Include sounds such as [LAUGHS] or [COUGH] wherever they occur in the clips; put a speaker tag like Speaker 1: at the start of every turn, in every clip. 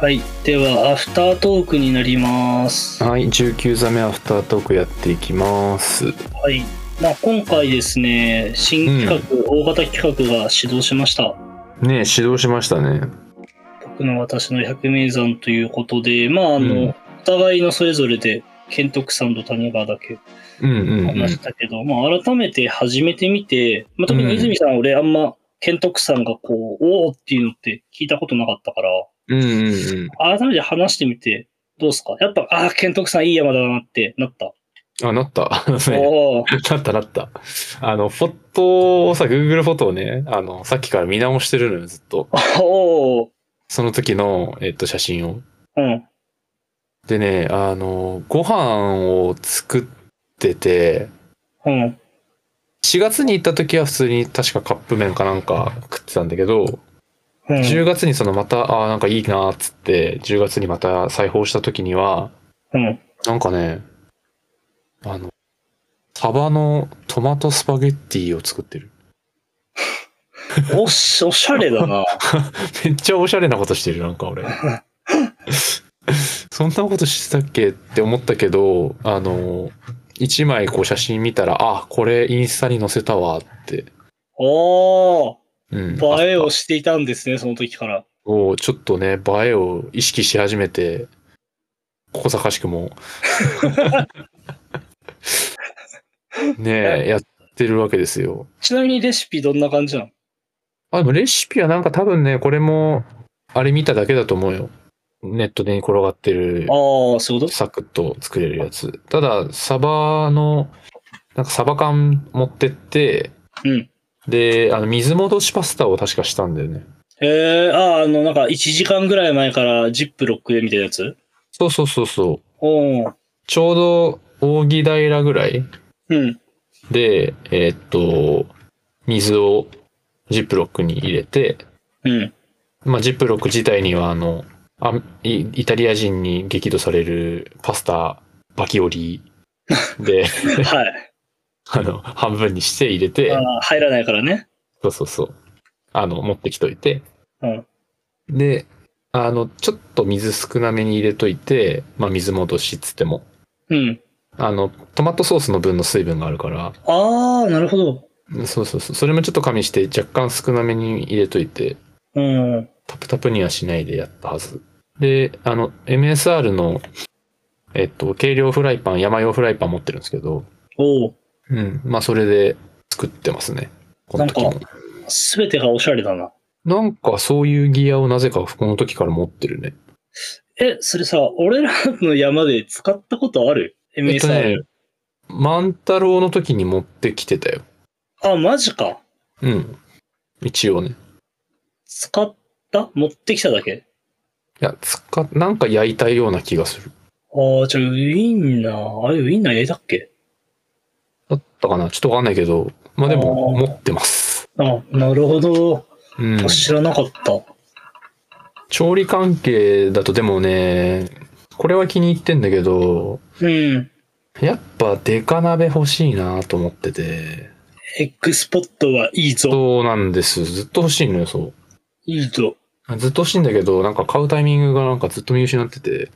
Speaker 1: はい、ではアフタートークになります。は
Speaker 2: はい、19座目アフタートークやっていきます。
Speaker 1: い。まあ、今回ですね、新企画、大型企画が始動しました。
Speaker 2: ねえ、指導しましたね。
Speaker 1: 僕の私の百名山ということで、まあ、あの、
Speaker 2: うん
Speaker 1: お互いのそれぞれで、ケントクさんと谷川だけ
Speaker 2: うんうん、うん。
Speaker 1: 話したけど、まあ、改めて始めてみて、まあ、特に泉さん、俺、あんま、ケントクさんがこう、おおっていうのって聞いたことなかったから、
Speaker 2: うんうんうん。
Speaker 1: 改めて話してみて、どうですかやっぱ、ああ、ケントクさんいい山だなってなった。
Speaker 2: あ、なった。ね
Speaker 1: おお、
Speaker 2: [LAUGHS] なったなった。あの、フォトをさ、Google フォトをね、あの、さっきから見直してるのよ、ずっと。
Speaker 1: おお、
Speaker 2: その時の、えっと、写真を。
Speaker 1: うん、
Speaker 2: でね、あの、ご飯を作ってて、
Speaker 1: うん、
Speaker 2: 4月に行った時は普通に確かカップ麺かなんか食ってたんだけど、
Speaker 1: うん。
Speaker 2: 10月にそのまた、あーなんかいいなーっつって、10月にまた裁縫した時には、
Speaker 1: うん。
Speaker 2: なんかね、あの、サバのトマトスパゲッティを作ってる。 [LAUGHS]
Speaker 1: おっし、おしゃれだ [LAUGHS] な。
Speaker 2: めっちゃおしゃれなことしてる、なんか俺。 [LAUGHS] そんなことしてたっけって思ったけど、あの、一枚こう写真見たら、あ、これインスタに載せたわって。
Speaker 1: おお、
Speaker 2: うん。
Speaker 1: 映えをしていたんですね、その時から。
Speaker 2: をちょっとね、映えを意識し始めて、小賢し
Speaker 1: [LAUGHS]
Speaker 2: くも。ねえ、やってるわけですよ。
Speaker 1: ちなみにレシピどんな感じなの
Speaker 2: あ、でもレシピはなんか多分ね、これも、あれ見ただけだと思うよ。ネットで転がってる、
Speaker 1: ああ、そういうこ
Speaker 2: サクッと作れるやつ。ただ、サバの、なんかサバ缶持ってって、
Speaker 1: とうん。
Speaker 2: で、あの、水戻しパスタを確かしたんだよね。
Speaker 1: ええー、ああ、あの、なんか1時間ぐらい前からジップロックでみたいなやつ
Speaker 2: そうそうそうそう。
Speaker 1: おお、
Speaker 2: ちょうど、扇平ぐらい
Speaker 1: うん、
Speaker 2: で、えーっと、水をジップロックに入れて、
Speaker 1: うん、
Speaker 2: まあ、ジップロック自体にはあのあイ、イタリア人に激怒されるパスタ、バキオリで、
Speaker 1: [LAUGHS] はい。
Speaker 2: あの、半分にして入れて
Speaker 1: あ、あ、入らないからね。
Speaker 2: そうそうそう、あの、持ってきといて、
Speaker 1: うん、
Speaker 2: で、あの、ちょっと水少なめに入れといて、まあ、水戻しっつっても、
Speaker 1: うん。
Speaker 2: あの、トマトソースの分の水分があるから、
Speaker 1: ああ、なるほど。
Speaker 2: そうそうそう、それもちょっと加味して若干少なめに入れといて、
Speaker 1: うん、
Speaker 2: タプタプにはしないでやったはず。で、あの、MSR の、えっと、軽量フライパン、山用フライパン持ってるんですけど、
Speaker 1: おお、
Speaker 2: うん。まあ、それで作ってますね。この時も。
Speaker 1: な
Speaker 2: なんん
Speaker 1: か
Speaker 2: か、
Speaker 1: すべてがおしゃれだな。
Speaker 2: そういうギアをなぜかこの時から持ってるね。
Speaker 1: え、それさ、俺らの山で使ったことある
Speaker 2: えっと
Speaker 1: ?MSR。
Speaker 2: ね、万太郎の時に持ってきてたよ。
Speaker 1: あ、マジか。
Speaker 2: うん。一応ね。い
Speaker 1: 使った持ってきただけ
Speaker 2: や、つか、なんか焼いたような気がする。
Speaker 1: ああ、じゃあウインナー、あれウインナー焼いたっけ
Speaker 2: だったかなちょっとわかんないけど、まあでも、
Speaker 1: あー
Speaker 2: 持ってます。
Speaker 1: あなるほど。
Speaker 2: うん。
Speaker 1: 知らなかった。
Speaker 2: 調理関係だとでもね、これは気に入ってんだけど、
Speaker 1: うん。
Speaker 2: やっぱデカ鍋欲しいなと思ってて。
Speaker 1: エッグスポットはいいぞ。
Speaker 2: そうなんです。ずっと欲しいのよ、そ
Speaker 1: いいぞ。
Speaker 2: う。ずっと欲しいんだけど、なんか買うタイミングがなんかずっと見失ってて。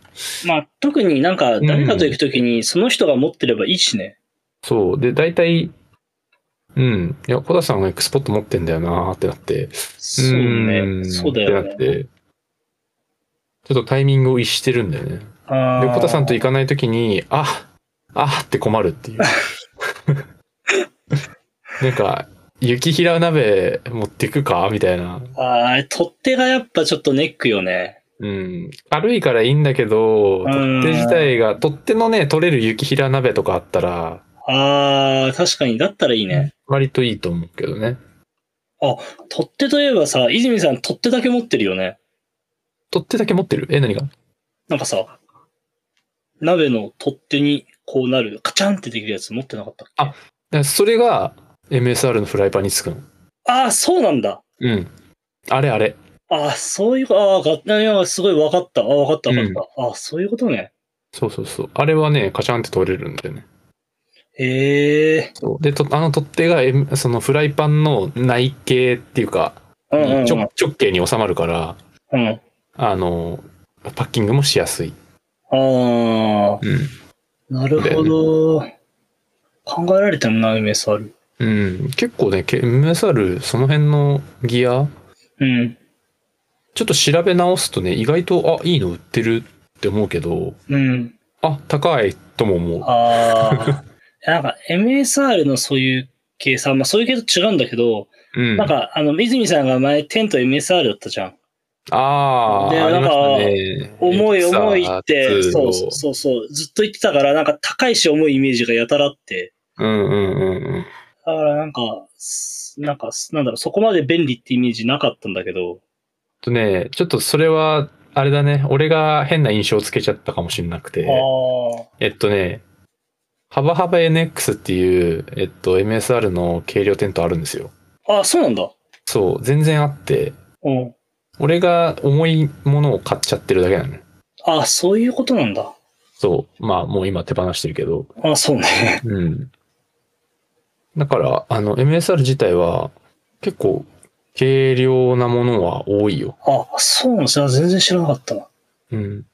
Speaker 1: まあ、特になんか、誰かと行くときに、その人が持ってればいいしね。
Speaker 2: そう。で、大体、うん。いや、小田さんが X ポット持ってんだよなってなって。
Speaker 1: そうね。
Speaker 2: ん
Speaker 1: そうだよ
Speaker 2: ってな
Speaker 1: ね
Speaker 2: っ。て。ちょっとタイミングを逸してるんだよね。
Speaker 1: あ
Speaker 2: で、
Speaker 1: ー
Speaker 2: 小田さんと行かないときに、ああって困るっていう。なんか、雪平鍋持ってくかみたいな。
Speaker 1: あー、取っ手がやっぱちょっとネックよね。
Speaker 2: うん。軽いからいいんだけど、取っ手自体が、取っ手のね、取れる雪平鍋とかあったら、
Speaker 1: ああ、確かに。だったらいいね。
Speaker 2: 割といいと思うけどね。
Speaker 1: 取っ手といえばさ、泉さん取っ手だけ持ってるよね。
Speaker 2: 取っ手だけ持ってるえ、何が
Speaker 1: なんかさ、鍋の取っ手にこうなる、カチャンってできるやつ持ってなかったっけ
Speaker 2: あだそれが、MSR のフライパンにつくの。
Speaker 1: ああ、そうなんだ。
Speaker 2: うん。あれあれ。
Speaker 1: ああ、そういうこああが、いや、すごい分かった。ああ、分かった、分かった。ああ、そういうことね。
Speaker 2: そうそうそう。あれはね、カチャンって取れるんだよね。
Speaker 1: へえ。
Speaker 2: そうでとあの取っ手が、M- そのフライパンの内径っていうか、
Speaker 1: うんうん、
Speaker 2: 直
Speaker 1: う
Speaker 2: 直径に収まるから
Speaker 1: ん。
Speaker 2: あのパッキングもしやすい。
Speaker 1: ああ、
Speaker 2: うん。
Speaker 1: なるほど。考えられてもな、MSR。
Speaker 2: うん。結構ね、け MSR、その辺のギア、
Speaker 1: うん。
Speaker 2: ちょっと調べ直すとね、意外と、あ、いいの売ってるって思うけど、
Speaker 1: うん。
Speaker 2: あ、高いとも思う。 [LAUGHS]
Speaker 1: ああ。なんか MSR のそういう計算、まあそういうけど違うんだけど、
Speaker 2: うん。
Speaker 1: なんか、あの、泉さんが前、テント MSR だったじゃん。
Speaker 2: ああ、
Speaker 1: で
Speaker 2: ありましたね
Speaker 1: 重い重いっ
Speaker 2: Xr
Speaker 1: て、
Speaker 2: 2
Speaker 1: そ
Speaker 2: の
Speaker 1: うそうそうそう、ずっと言ってたから、なんか高いし重いイメージがやたらあって、
Speaker 2: うんうんうんうん。
Speaker 1: だからなんか、すなんか、すなんだろう、そこまで便利ってイメージなかったんだけど、
Speaker 2: とね、ちょっとそれは、あれだね、俺が変な印象をつけちゃったかもしれなくて、
Speaker 1: あ
Speaker 2: えっとね、ハバハバ NX っていう、えっと、MSR の軽量テントあるんですよ。
Speaker 1: あ、あ、そうなんだ。
Speaker 2: そう、全然あって、
Speaker 1: うん。
Speaker 2: 俺が重いものを買っちゃってるだけなのね。
Speaker 1: あ、そういうことなんだ。
Speaker 2: そう、まあもう今手放してるけど、
Speaker 1: あ、そうね。
Speaker 2: うん。だから、あの、MSR 自体は、結構、軽量なものは多いよ。
Speaker 1: あ、そうなんですね。全然知らなかったな。
Speaker 2: うん。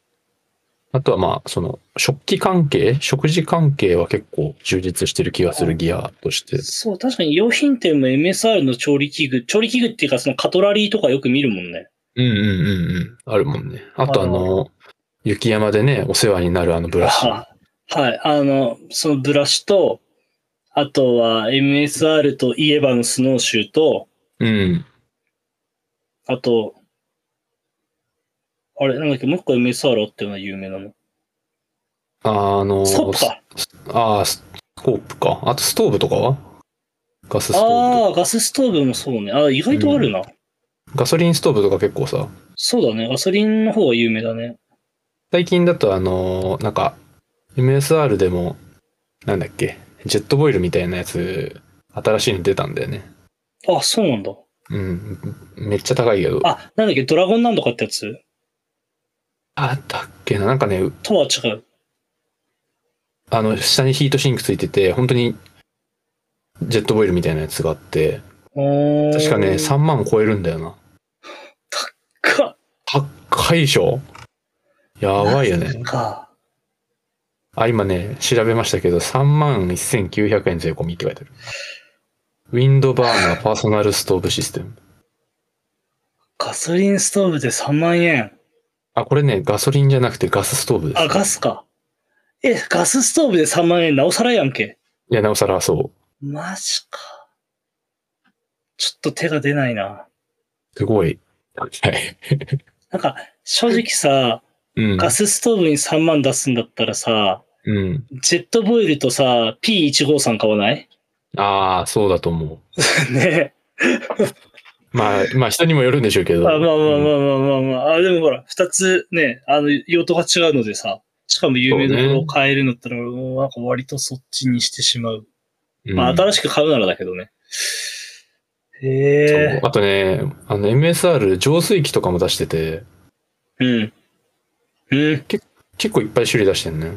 Speaker 2: あとはまあ、その、食器関係食事関係は結構充実してる気がするギアとして。
Speaker 1: そう、確かに用品店も MSR の調理器具、調理器具っていうか、そのカトラリーとかよく見るもんね。
Speaker 2: うんうんうんうん。あるもんね。あとあ
Speaker 1: あ
Speaker 2: の、雪山でね、お世話になるあのブラシ。
Speaker 1: ははい。あの、そのブラシと、あとは MSR といえばのスノーシューと、
Speaker 2: うん。
Speaker 1: あと、あれ、なんだっけ、もう一個 MSR あったような有名なの。
Speaker 2: あの、
Speaker 1: スコープか。
Speaker 2: ああ、スコープか。あとストーブとかはガスストーブ
Speaker 1: ああ、ガスストーブもそうね。ああ、意外とあるな。
Speaker 2: と。ガソリンストーブとか結構さ、
Speaker 1: そうだね。ガソリンの方が有名だね。
Speaker 2: 最近だとあの、なんか、MSR でも、なんだっけ、ジェットボイルみたいなやつ、新しいの出たんだよね。
Speaker 1: あ、そうなんだ。
Speaker 2: うん、めっちゃ高いけど。あ
Speaker 1: あ、なんだっけ、ドラゴンなんとかってやつ
Speaker 2: ったっけななんかね、う
Speaker 1: とは違う。
Speaker 2: あの、下にヒートシンクついてて、本当に、ジェットボイルみたいなやつがあって、
Speaker 1: おー
Speaker 2: 確かね、3万超えるんだよな。
Speaker 1: か。
Speaker 2: 高いでしょやばいよね。
Speaker 1: か。
Speaker 2: あ、今ね、調べましたけど、3万1900円税込みって書いてある。ウィンドバーナーパーソナルストーブシステム。
Speaker 1: ガソリンストーブで3万円。
Speaker 2: あ、これね、ガソリンじゃなくてガスストーブです、
Speaker 1: あ、ガスか。え、ガスストーブで3万円、なおさらやんけ。
Speaker 2: いや、なおさらそう。
Speaker 1: マジか。ちょっと手が出ないな。
Speaker 2: すごい。はい。
Speaker 1: なんか、正直さ、
Speaker 2: うん。
Speaker 1: ガスストーブに3万出すんだったらさ、
Speaker 2: うん。
Speaker 1: ジェットボイルとさ、P153 買わない
Speaker 2: ああ、そうだと思う。
Speaker 1: [LAUGHS] ね
Speaker 2: まあ、まあ人にもよるんでしょうけ
Speaker 1: あ
Speaker 2: ど。
Speaker 1: まあまあまあ
Speaker 2: うん
Speaker 1: まあまあまあ。あ、でもほら、2つね、あの、用途が違うのでさ、しかも有名なものを買えるんだったら、もうなんか割とそっちにしてしまう。
Speaker 2: うん
Speaker 1: まあ、新しく買うならだけどね。へえ
Speaker 2: そうあとね、あの MSR 浄水器とかも出してて、
Speaker 1: うん。うん。
Speaker 2: 結構いっぱい種類出してんね。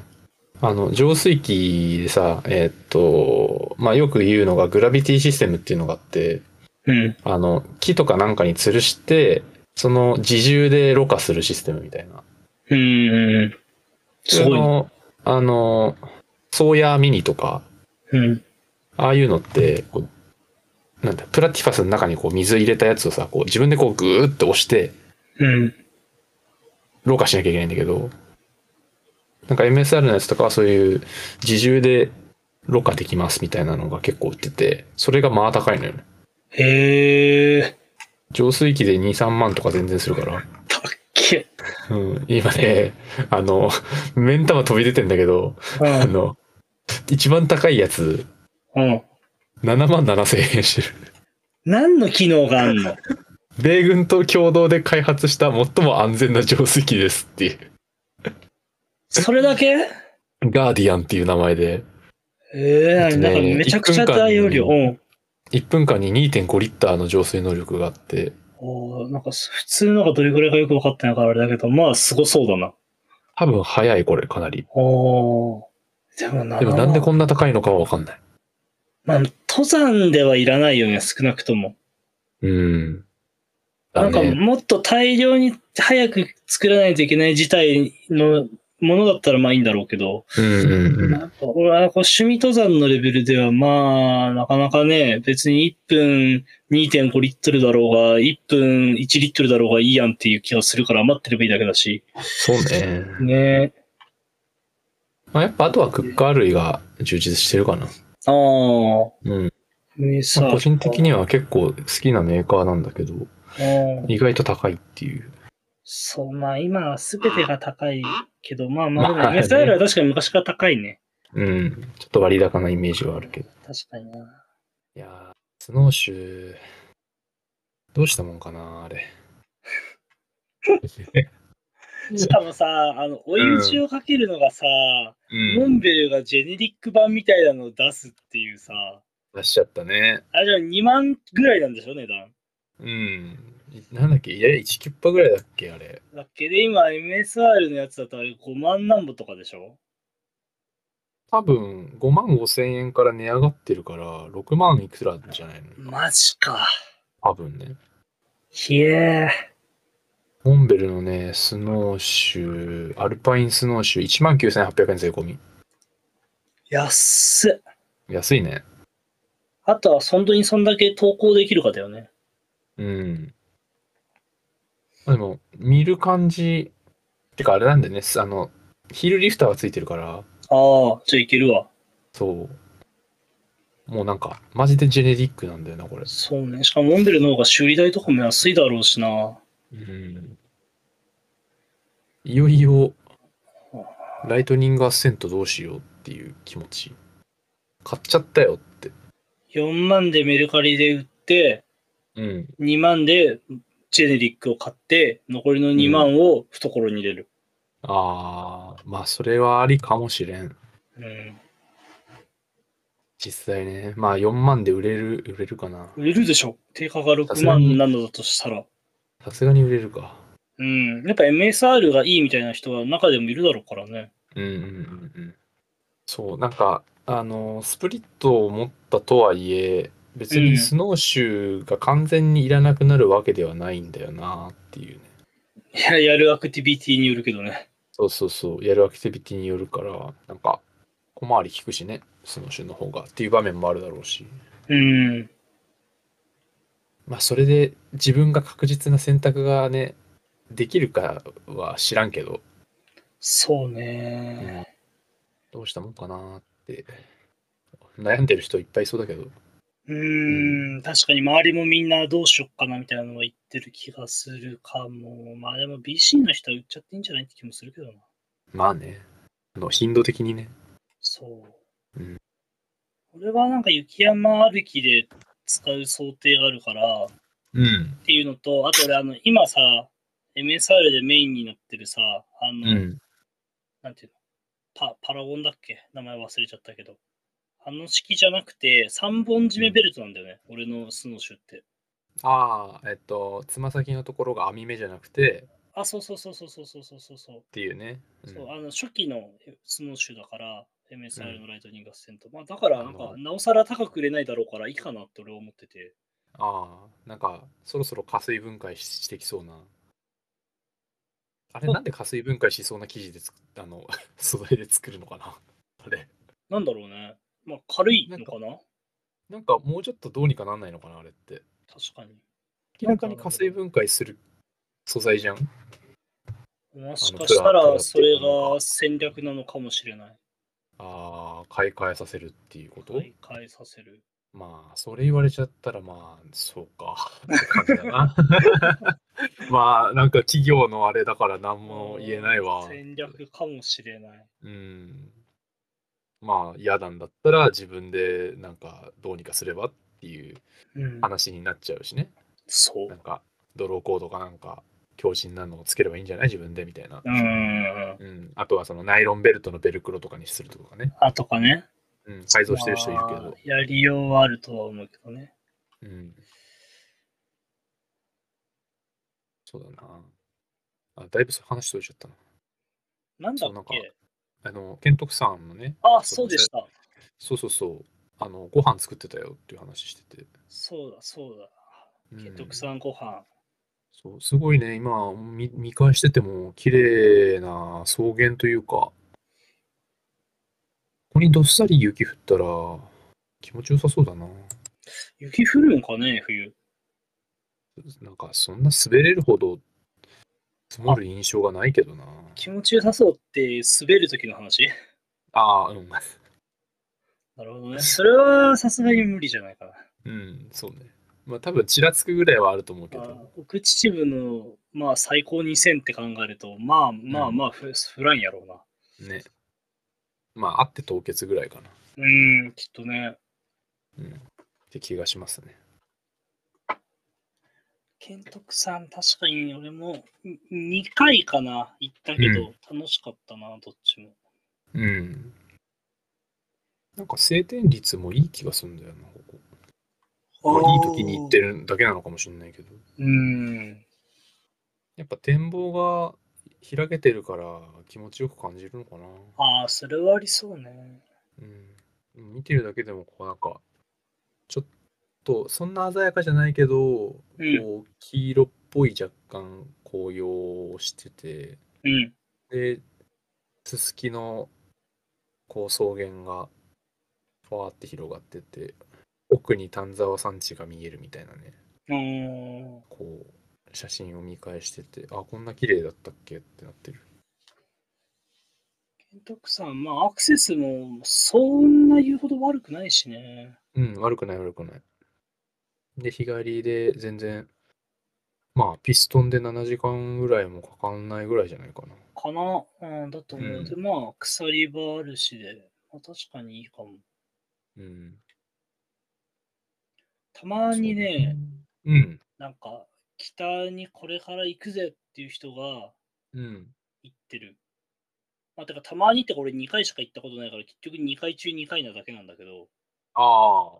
Speaker 2: あの、浄水器でさ、えーっと、まあよく言うのがグラビティシステムっていうのがあって、
Speaker 1: うん。
Speaker 2: あの、木とかなんかに吊るして、その自重でろ過するシステムみたいな。
Speaker 1: うんうん。すごい
Speaker 2: そ
Speaker 1: ね。
Speaker 2: のあの、ソーヤーミニとか、
Speaker 1: うん。
Speaker 2: ああいうのって、こう、なんだ、プラティファスの中にこう水入れたやつをさ、こう自分でこうグーって押して、
Speaker 1: うん。
Speaker 2: ろ過しなきゃいけないんだけど、なんか MSR のやつとかはそういう自重でろ過できますみたいなのが結構売ってて、それがまあ高いのよね。
Speaker 1: へえ。
Speaker 2: 浄水器で2、3万とか全然するから。
Speaker 1: たっけ。
Speaker 2: うん、今ね、あの、目ん玉飛び出てんだけど、
Speaker 1: う
Speaker 2: あ
Speaker 1: ん。
Speaker 2: の、一番高いやつ、
Speaker 1: うん。
Speaker 2: 7万7千円してる。
Speaker 1: 何の機能があんの
Speaker 2: 米軍と共同で開発した最も安全な浄水器ですっていう。
Speaker 1: それだけえ
Speaker 2: ガーディアンっていう名前で、
Speaker 1: え
Speaker 2: あとね
Speaker 1: なんかめちゃくちゃ大容量。
Speaker 2: 一
Speaker 1: うん。
Speaker 2: 1分間に2.5リッターの浄水能力があって、
Speaker 1: おーなんか普通のがどれくらいかよく分かってないからあれだけど、まあすごそうだな。
Speaker 2: 多分早いこれかなり。
Speaker 1: おーでもな。
Speaker 2: でもなんでこんな高いのかはわかんない。
Speaker 1: まあ、登山ではいらないよね、少なくとも。
Speaker 2: うん。
Speaker 1: なんかもっと大量に早く作らないといけない事態のものだったらまあいいんだろうけど、
Speaker 2: うんうんうん
Speaker 1: なんか俺はこう趣味登山のレベルではまあなかなかね、別に1分2.5リットルだろうが、1分1リットルだろうがいいやんっていう気がするから余ってればいいだけだし、
Speaker 2: そうね。
Speaker 1: ね
Speaker 2: まあ、やっぱあとはクッカー類が充実してるかな。
Speaker 1: ああ、
Speaker 2: うん。
Speaker 1: ね
Speaker 2: ま
Speaker 1: さ
Speaker 2: あ、個人的には結構好きなメーカーなんだけど、
Speaker 1: うん
Speaker 2: 意外と高いっていう。
Speaker 1: そう、まあ今は全てが高いけど、まあまあ
Speaker 2: まあ
Speaker 1: でも、
Speaker 2: ね
Speaker 1: SR は確かに昔から高いね。
Speaker 2: うん。ちょっと割高なイメージはあるけど。
Speaker 1: 確かにな。
Speaker 2: いやースノーシュー、どうしたもんかな、あれ。
Speaker 1: しかもさ、あの、追い打ちをかけるのがさ、モンベルがジェネリック版みたいなのを出すっていうさ、
Speaker 2: 出しちゃったね。
Speaker 1: あれじゃ2万ぐらいなんでしょ、値段。
Speaker 2: うん。なんだっけ、いや、1キュッパぐらいだっけ、あれ。
Speaker 1: だっけで、今 MSR のやつだとあれ5万なんぼとかでしょ
Speaker 2: 多分、5万5千円から値上がってるから、6万いくらじゃないの
Speaker 1: マジか。
Speaker 2: 多分ね。
Speaker 1: ひえ
Speaker 2: モンベルのね、スノーシュー、アルパインスノーシュー、19,800円税込み。
Speaker 1: ー。安っ。
Speaker 2: 安いね。
Speaker 1: あとは本当にそんだけ投稿できるかだよね。
Speaker 2: うん。まあでも、見る感じ、てかあれなんでね、すあの、ヒールリフターがついてるから、
Speaker 1: ああ、じゃあいけるわ。
Speaker 2: そう。もうなんか、マジでジェネリックなんだよな、これ。
Speaker 1: そうね。しかもモンベルの方が修理代とかも安いだろうしな。
Speaker 2: うん。いよいよ、ライトニングアッセントどうしようっていう気持ち。買っちゃったよって。
Speaker 1: 4万でメルカリで売って、
Speaker 2: うん。
Speaker 1: 2万でジェネリックを買って、残りの2万を懐に入れる。
Speaker 2: ああ、まあ、それはありかもしれん。
Speaker 1: うん。
Speaker 2: 実際ね。まあ、4万で売れる、売れるかな。
Speaker 1: 売れるでしょ。定価が
Speaker 2: さ
Speaker 1: 6
Speaker 2: すが
Speaker 1: 万
Speaker 2: に
Speaker 1: なのだとしたら。
Speaker 2: さすがに売れるか。
Speaker 1: うん。やっぱ MSR がいいみたいな人は中でもいるだろうからね。
Speaker 2: うんうんうんうん。そう、なんか、あの、スプリットを持ったとはいえ、別
Speaker 1: うん
Speaker 2: にスノーシューが完全にいらなくなるわけではないんだよなっていうね。
Speaker 1: いや、やるアクティビティによるけどね。
Speaker 2: そうそうそう、やるアクティビティによるから、なんか、小回り効くしね、スノーシューの方がっていう場面もあるだろうし。
Speaker 1: うん。
Speaker 2: まあ、それで自分が確実な選択がね、できるかは知らんけど、
Speaker 1: そうね。
Speaker 2: どうしたもんかなって。悩んでる人いっぱいいそうだけど。
Speaker 1: うん。確かに周りもみんなどうしよっかなみたいなのは言ってる気がするかも。まあでも BC の人は売っちゃっていいんじゃないって気もするけどな。
Speaker 2: まあね。あの頻度的にね。
Speaker 1: そう。
Speaker 2: うん
Speaker 1: 俺はなんか雪山歩きで使う想定があるからっ
Speaker 2: うん。
Speaker 1: ていうのと、あと俺あの今さ、MSR でメインになってるさ、あ
Speaker 2: う
Speaker 1: の、
Speaker 2: ん。
Speaker 1: なんていうのパ、パラゴンだっけ名前忘れちゃったけど。あの式じゃなくて、3本締めベルトなんだよね。俺のスノーシューって。
Speaker 2: ああ、えっと、つま先のところが網目じゃなくてっ
Speaker 1: あ、そうそうそうそうそうそうそうそうそう。
Speaker 2: ていうね。うん
Speaker 1: そうあの初期のスノーシューだから、MSR のライトニングアッセント。まあだから、なんか、なおさら高く売れないだろうから、いいかなって俺は思ってて。
Speaker 2: ああ、なんか、そろそろ加水分解ししてきそうな。あれ、
Speaker 1: そう
Speaker 2: なんで加水分解しそうな生地で作っあの、 [LAUGHS] 素材で作るのかなあれ。
Speaker 1: なんだろうね。まあ、軽いのかな
Speaker 2: なんか、もうちょっとどうにかなんないのかなあれって。
Speaker 1: 確かに。
Speaker 2: 明らかに加水分解する素材じゃん。
Speaker 1: もしかした
Speaker 2: プラプラっていう
Speaker 1: ら、それ
Speaker 2: か
Speaker 1: が戦略なのかもしれない。
Speaker 2: ああ、買い替えさせるっていうこと、
Speaker 1: 買い替えさせる。
Speaker 2: まあ、それ言われちゃったら、まあ、そうか。って感じだな。 [LAUGHS] まあ、なんか企業のあれだから何も言えないわ。
Speaker 1: 戦略かもしれない。
Speaker 2: うん。まあ、嫌なんだったら自分でなんかどうにかすればっていう
Speaker 1: うん、
Speaker 2: 話になっちゃうしね。
Speaker 1: そ
Speaker 2: なん
Speaker 1: う。
Speaker 2: か、ドローコードかなんか、強靭なのをつければいいんじゃない自分でみたいな
Speaker 1: う。ん。
Speaker 2: うん。あとはそのナイロンベルトのベルクロとかにするとかね。
Speaker 1: あとかね。
Speaker 2: うん。改造してる人いるけ
Speaker 1: まあ
Speaker 2: ど。
Speaker 1: やりようはあるとは思うけどね。
Speaker 2: うん。そうだな。あ、だいぶ話取れちゃったな。
Speaker 1: なんだ
Speaker 2: そうな
Speaker 1: っ
Speaker 2: んか
Speaker 1: け
Speaker 2: あの、ケントクさんのね、
Speaker 1: あ、そうでした。
Speaker 2: そうそうそう、あの、ご飯作ってたよっていう話してて。
Speaker 1: そうだ、そうだ。
Speaker 2: うん
Speaker 1: ケトクさんご飯。
Speaker 2: そう、すごいね、今見、見返してても、綺麗な草原というか、ここにどっさり雪降ったら、気持ちよさそうだな。
Speaker 1: 雪降るんかね、冬。
Speaker 2: なんか、そんな滑れるほど積もる印象がないけどな。
Speaker 1: 気持ちよさそうって滑るときの話
Speaker 2: ああ、うん。 [LAUGHS]
Speaker 1: なるほどね。それはさすがに無理じゃないかな。
Speaker 2: うん、そうね。まあ、多分ちらつくぐらいはあると思うけ
Speaker 1: あ
Speaker 2: ど、
Speaker 1: 奥秩父の、まあ、最高2000って考えると、まあまあまあ、ふフランやろうな。
Speaker 2: ね。まあ、あって凍結ぐらいかな。
Speaker 1: うーん、きっとね。
Speaker 2: うん。って気がしますね。
Speaker 1: ケントクさん、確かに俺も2回かな、行ったけど、楽しかったな、どっちも。
Speaker 2: うん。なんか晴天率もいい気がするんだよな、ここ。まあ、いい時に行って
Speaker 1: る。
Speaker 2: るだけなのかもしれないけど。
Speaker 1: うーん。
Speaker 2: やっぱ展望が開けてるから気持ちよく感じるのかな。
Speaker 1: ああ、それはありそうね。
Speaker 2: うん。見てるだけでも、こうなんか、ちょっと、そんな鮮やかじゃないけど、
Speaker 1: うん
Speaker 2: こう黄色っぽい若干紅葉をしてて、
Speaker 1: うん。
Speaker 2: で、すすきのこう草原がふわーって広がってて、奥に丹沢山地が見えるみたいなね、
Speaker 1: あー
Speaker 2: こう写真を見返してて、あ、こんな綺麗だったっけってなってる。
Speaker 1: ケントクさん、まあ、アクセスもそんな言うほど悪くないしね。
Speaker 2: うん、悪くない悪くない。で、日帰りで全然、まあ、ピストンで7時間ぐらいもかかんないぐらいじゃないかな。
Speaker 1: かな、うん、だと思う。
Speaker 2: うん
Speaker 1: で、まあ、鎖場あるしで、まあ、確かにいいかも。
Speaker 2: うん。
Speaker 1: たまにね、
Speaker 2: そう。うん。
Speaker 1: なんか、北にこれから行くぜっていう人が
Speaker 2: うん。
Speaker 1: 行ってる。まあ、てか、たまにってこれ2回しか行ったことないから、結局2回中2回なだけなんだけど、
Speaker 2: ああ。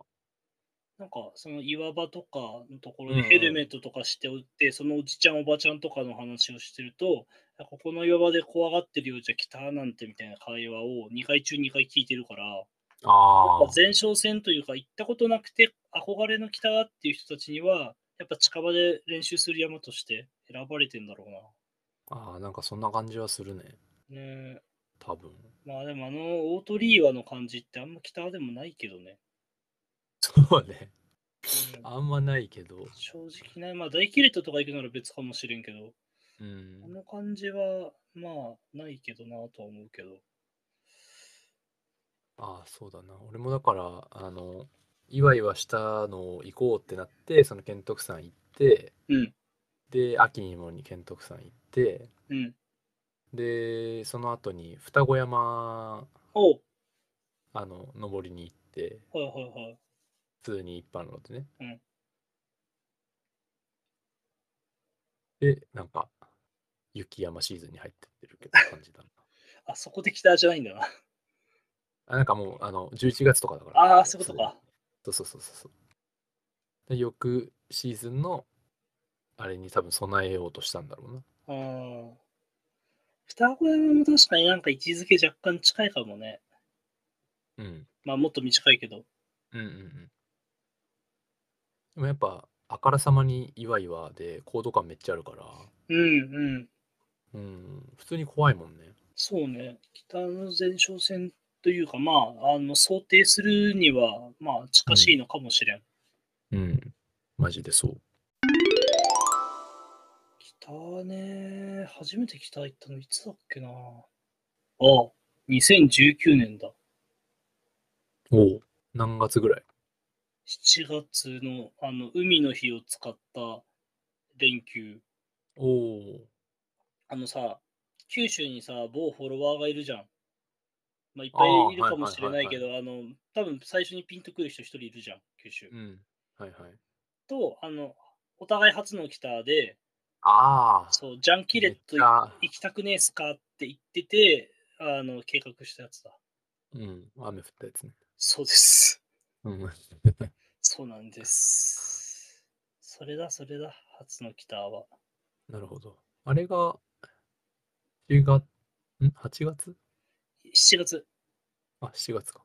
Speaker 1: なんか、その岩場とかのところ
Speaker 2: うん
Speaker 1: で
Speaker 2: うん
Speaker 1: ヘルメットとかしておって、そのおじちゃん、おばちゃんとかの話をしてると、あここの岩場で怖がってるようじゃ北なんてみたいな会話を2回中2回聞いてるから、
Speaker 2: あ
Speaker 1: や
Speaker 2: あ
Speaker 1: っぱ。前哨戦というか、行ったことなくて、憧れの北っていう人たちには、やっぱ近場で練習する山として選ばれてんだろう
Speaker 2: ああ、なんかそんな感じはするね。
Speaker 1: な。ね [LAUGHS]
Speaker 2: 多分。
Speaker 1: えまあでもあのオートリーワの感じってあんま北でもないけどね。
Speaker 2: そうね。
Speaker 1: うん
Speaker 2: あんまないけど。
Speaker 1: 正直ね、まあ大キレットとか行くなら別かもしれんけど、
Speaker 2: う
Speaker 1: あ
Speaker 2: ん。
Speaker 1: の感じはまあないけどなとは思うけど。
Speaker 2: ああ、そうだな。俺もだから、あの、いわいわしたのを行こうってなって、その健徳山行って、
Speaker 1: うん、
Speaker 2: で、秋にもに健徳山行って、
Speaker 1: うん。
Speaker 2: で、その後に双子山、
Speaker 1: おう
Speaker 2: あの、登りに行って、
Speaker 1: はいはいはい。
Speaker 2: 普通に一般路でね。
Speaker 1: うん
Speaker 2: で、なんか、雪山シーズンに入ってってるけど感じだな。 [LAUGHS]
Speaker 1: あそこで北じゃないんだな。
Speaker 2: あ、なんかもう、あの、11月とかだから。
Speaker 1: ああ、そういうことか。
Speaker 2: そうそうそうそうそう。で、翌シーズンの、あれに多分備えようとしたんだろうな。
Speaker 1: うん。双子山も確かになんか位置づけ若干近いかもね。
Speaker 2: うん。
Speaker 1: まあもっと短いけど。
Speaker 2: うんうんうん。でもやっぱ、あからさまにいわいわで、高度感めっちゃあるから、
Speaker 1: うんうん。
Speaker 2: うん、普通に怖いもんね。
Speaker 1: そうね。北の前哨戦というか、まあ、あの想定するには、まあ、近しいのかもしれん。
Speaker 2: うん。マジでそう。
Speaker 1: 北ね、初めて北行ったのいつだっけな。ああ、2019年だ。
Speaker 2: おう何月ぐらい
Speaker 1: 7月の、あの、海の日を使った連休。
Speaker 2: おお。
Speaker 1: あのさ、九州にさ、某フォロワーがいるじゃん。まあ、いっぱいいるかもしれないけど、あの、多分最初にピンとくる人一人いるじゃん、九州。
Speaker 2: うん。はいはい。
Speaker 1: と、あの、お互い初の北で、
Speaker 2: ああ。
Speaker 1: そう、ジャンキレット
Speaker 2: めっちゃ
Speaker 1: 行きたくねえっすかって言ってて、あの、計画したやつだ。
Speaker 2: うん。雨降ったやつね。
Speaker 1: そうです。
Speaker 2: うん。
Speaker 1: そうなんです。それだ、それだ、初の北は。
Speaker 2: なるほど。あれが、7月、ん ?8 月
Speaker 1: 7月、
Speaker 2: あ、7月か。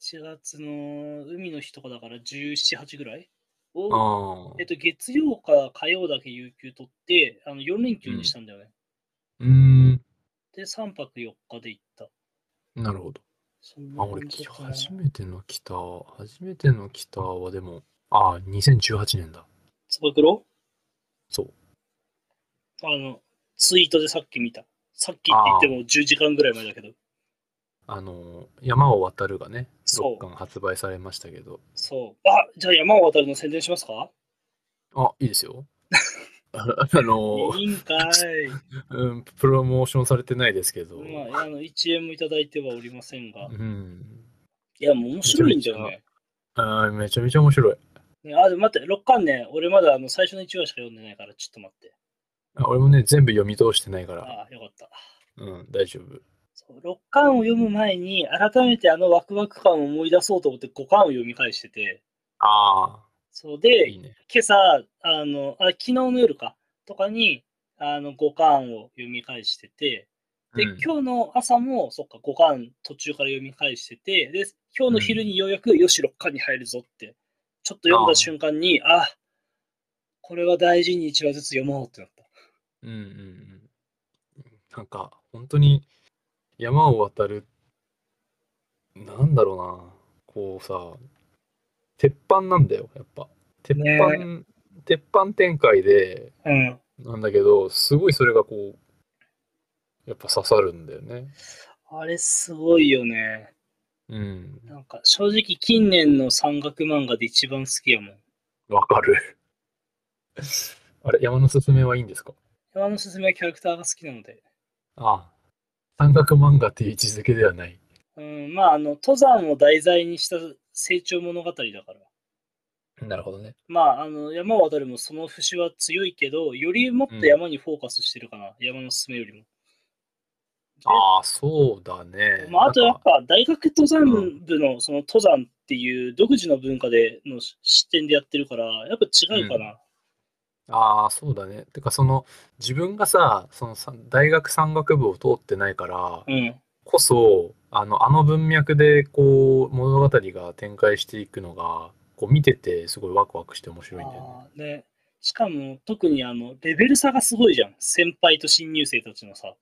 Speaker 1: 7月の海の日とかだから17、8ぐらいを、
Speaker 2: ああ
Speaker 1: えっ。と、月曜か火曜だけ有給取って、あの4連休にしたんだよね。
Speaker 2: うーん。
Speaker 1: で、3泊4日で行った。
Speaker 2: なるほど。
Speaker 1: そん
Speaker 2: あ、
Speaker 1: な
Speaker 2: 俺、
Speaker 1: 感
Speaker 2: き
Speaker 1: じかな
Speaker 2: 初めての北、初めての北はでも、ああ、2018年だ。
Speaker 1: つば九郎
Speaker 2: そう。
Speaker 1: あの、ツイートでさっき見た。さっきって言っても10時間ぐらい前だけど。
Speaker 2: あの、山を渡るがね、
Speaker 1: そう
Speaker 2: 6巻発売されましたけど、
Speaker 1: そう。あ、じゃあ山を渡るの宣伝しますか
Speaker 2: あ、いいですよ。 [LAUGHS] ああの、
Speaker 1: いいんか
Speaker 2: [LAUGHS]
Speaker 1: い。
Speaker 2: うん、プロモーションされてないですけど、
Speaker 1: まあ、あの、1円もいただいてはおりませんが
Speaker 2: う。ん。
Speaker 1: いや、もう面白いんじゃない
Speaker 2: あーめちゃめちゃ面白い。
Speaker 1: ねあ、でも待って、6巻ね、俺まだあの最初の1話しか読んでないから、ちょっと待って。
Speaker 2: あ俺もね、全部読み通してないから、
Speaker 1: ああ、よかった。
Speaker 2: うん、大丈夫。
Speaker 1: そう6巻を読む前に、改めてあのワクワク感を思い出そうと思って5巻を読み返してて、
Speaker 2: あ
Speaker 1: そう
Speaker 2: あ、
Speaker 1: で
Speaker 2: いい、ね。
Speaker 1: 今朝、あの、あ、昨日の夜か、とかに、あの、5巻を読み返してて、で、
Speaker 2: うん
Speaker 1: 今日の朝も、そっか、5巻途中から読み返してて、で、今日の昼にようやく、よし、6巻に入るぞって、ちょっと読ん
Speaker 2: あ
Speaker 1: だ
Speaker 2: あ
Speaker 1: 瞬間に、あこれは大事に1話ずつ読もうってなった。
Speaker 2: うんうんうん。なんか、本当に山を渡る、なんだろうな、こうさ、鉄板なんだよ、やっぱ。鉄板、鉄板展開で、
Speaker 1: うん。
Speaker 2: なんだけど、すごいそれがこう、やっぱ刺さるんだよね。
Speaker 1: あれ、すごいよね。
Speaker 2: うん。
Speaker 1: なんか、正直、近年の山岳漫画で一番好きやもん。
Speaker 2: わかる。 [LAUGHS] あれ、山のすすめはいいんですか
Speaker 1: 山のすすめはキャラクターが好きなので。
Speaker 2: ああ。山岳漫画っていう位置づけではない。
Speaker 1: うん、まあ、あの、登山を題材にした成長物語だから。
Speaker 2: なるほどね。
Speaker 1: まあ、あの、山を渡るもその節は強いけど、よりもっと山にフォーカスしてるかな。山の進めよりも。
Speaker 2: ああ、そうだね。
Speaker 1: まあ、あとや
Speaker 2: なん
Speaker 1: っ
Speaker 2: か
Speaker 1: ぱ、大学登
Speaker 2: う
Speaker 1: 山部の、その登山っていう独自の文化での視点でやってるから、やっぱ違うかな。
Speaker 2: ああ、そうだね。てか、その、自分がさ、そのさ、大学山岳部を通ってないから
Speaker 1: うん。
Speaker 2: こそ、あの、あの文脈で、こう、物語が展開していくのが、こう、見てて、すごいワクワクして面白いんだよね。
Speaker 1: あーねしかも、特にあの、レベル差がすごいじゃん。先輩と新入生たちのさ。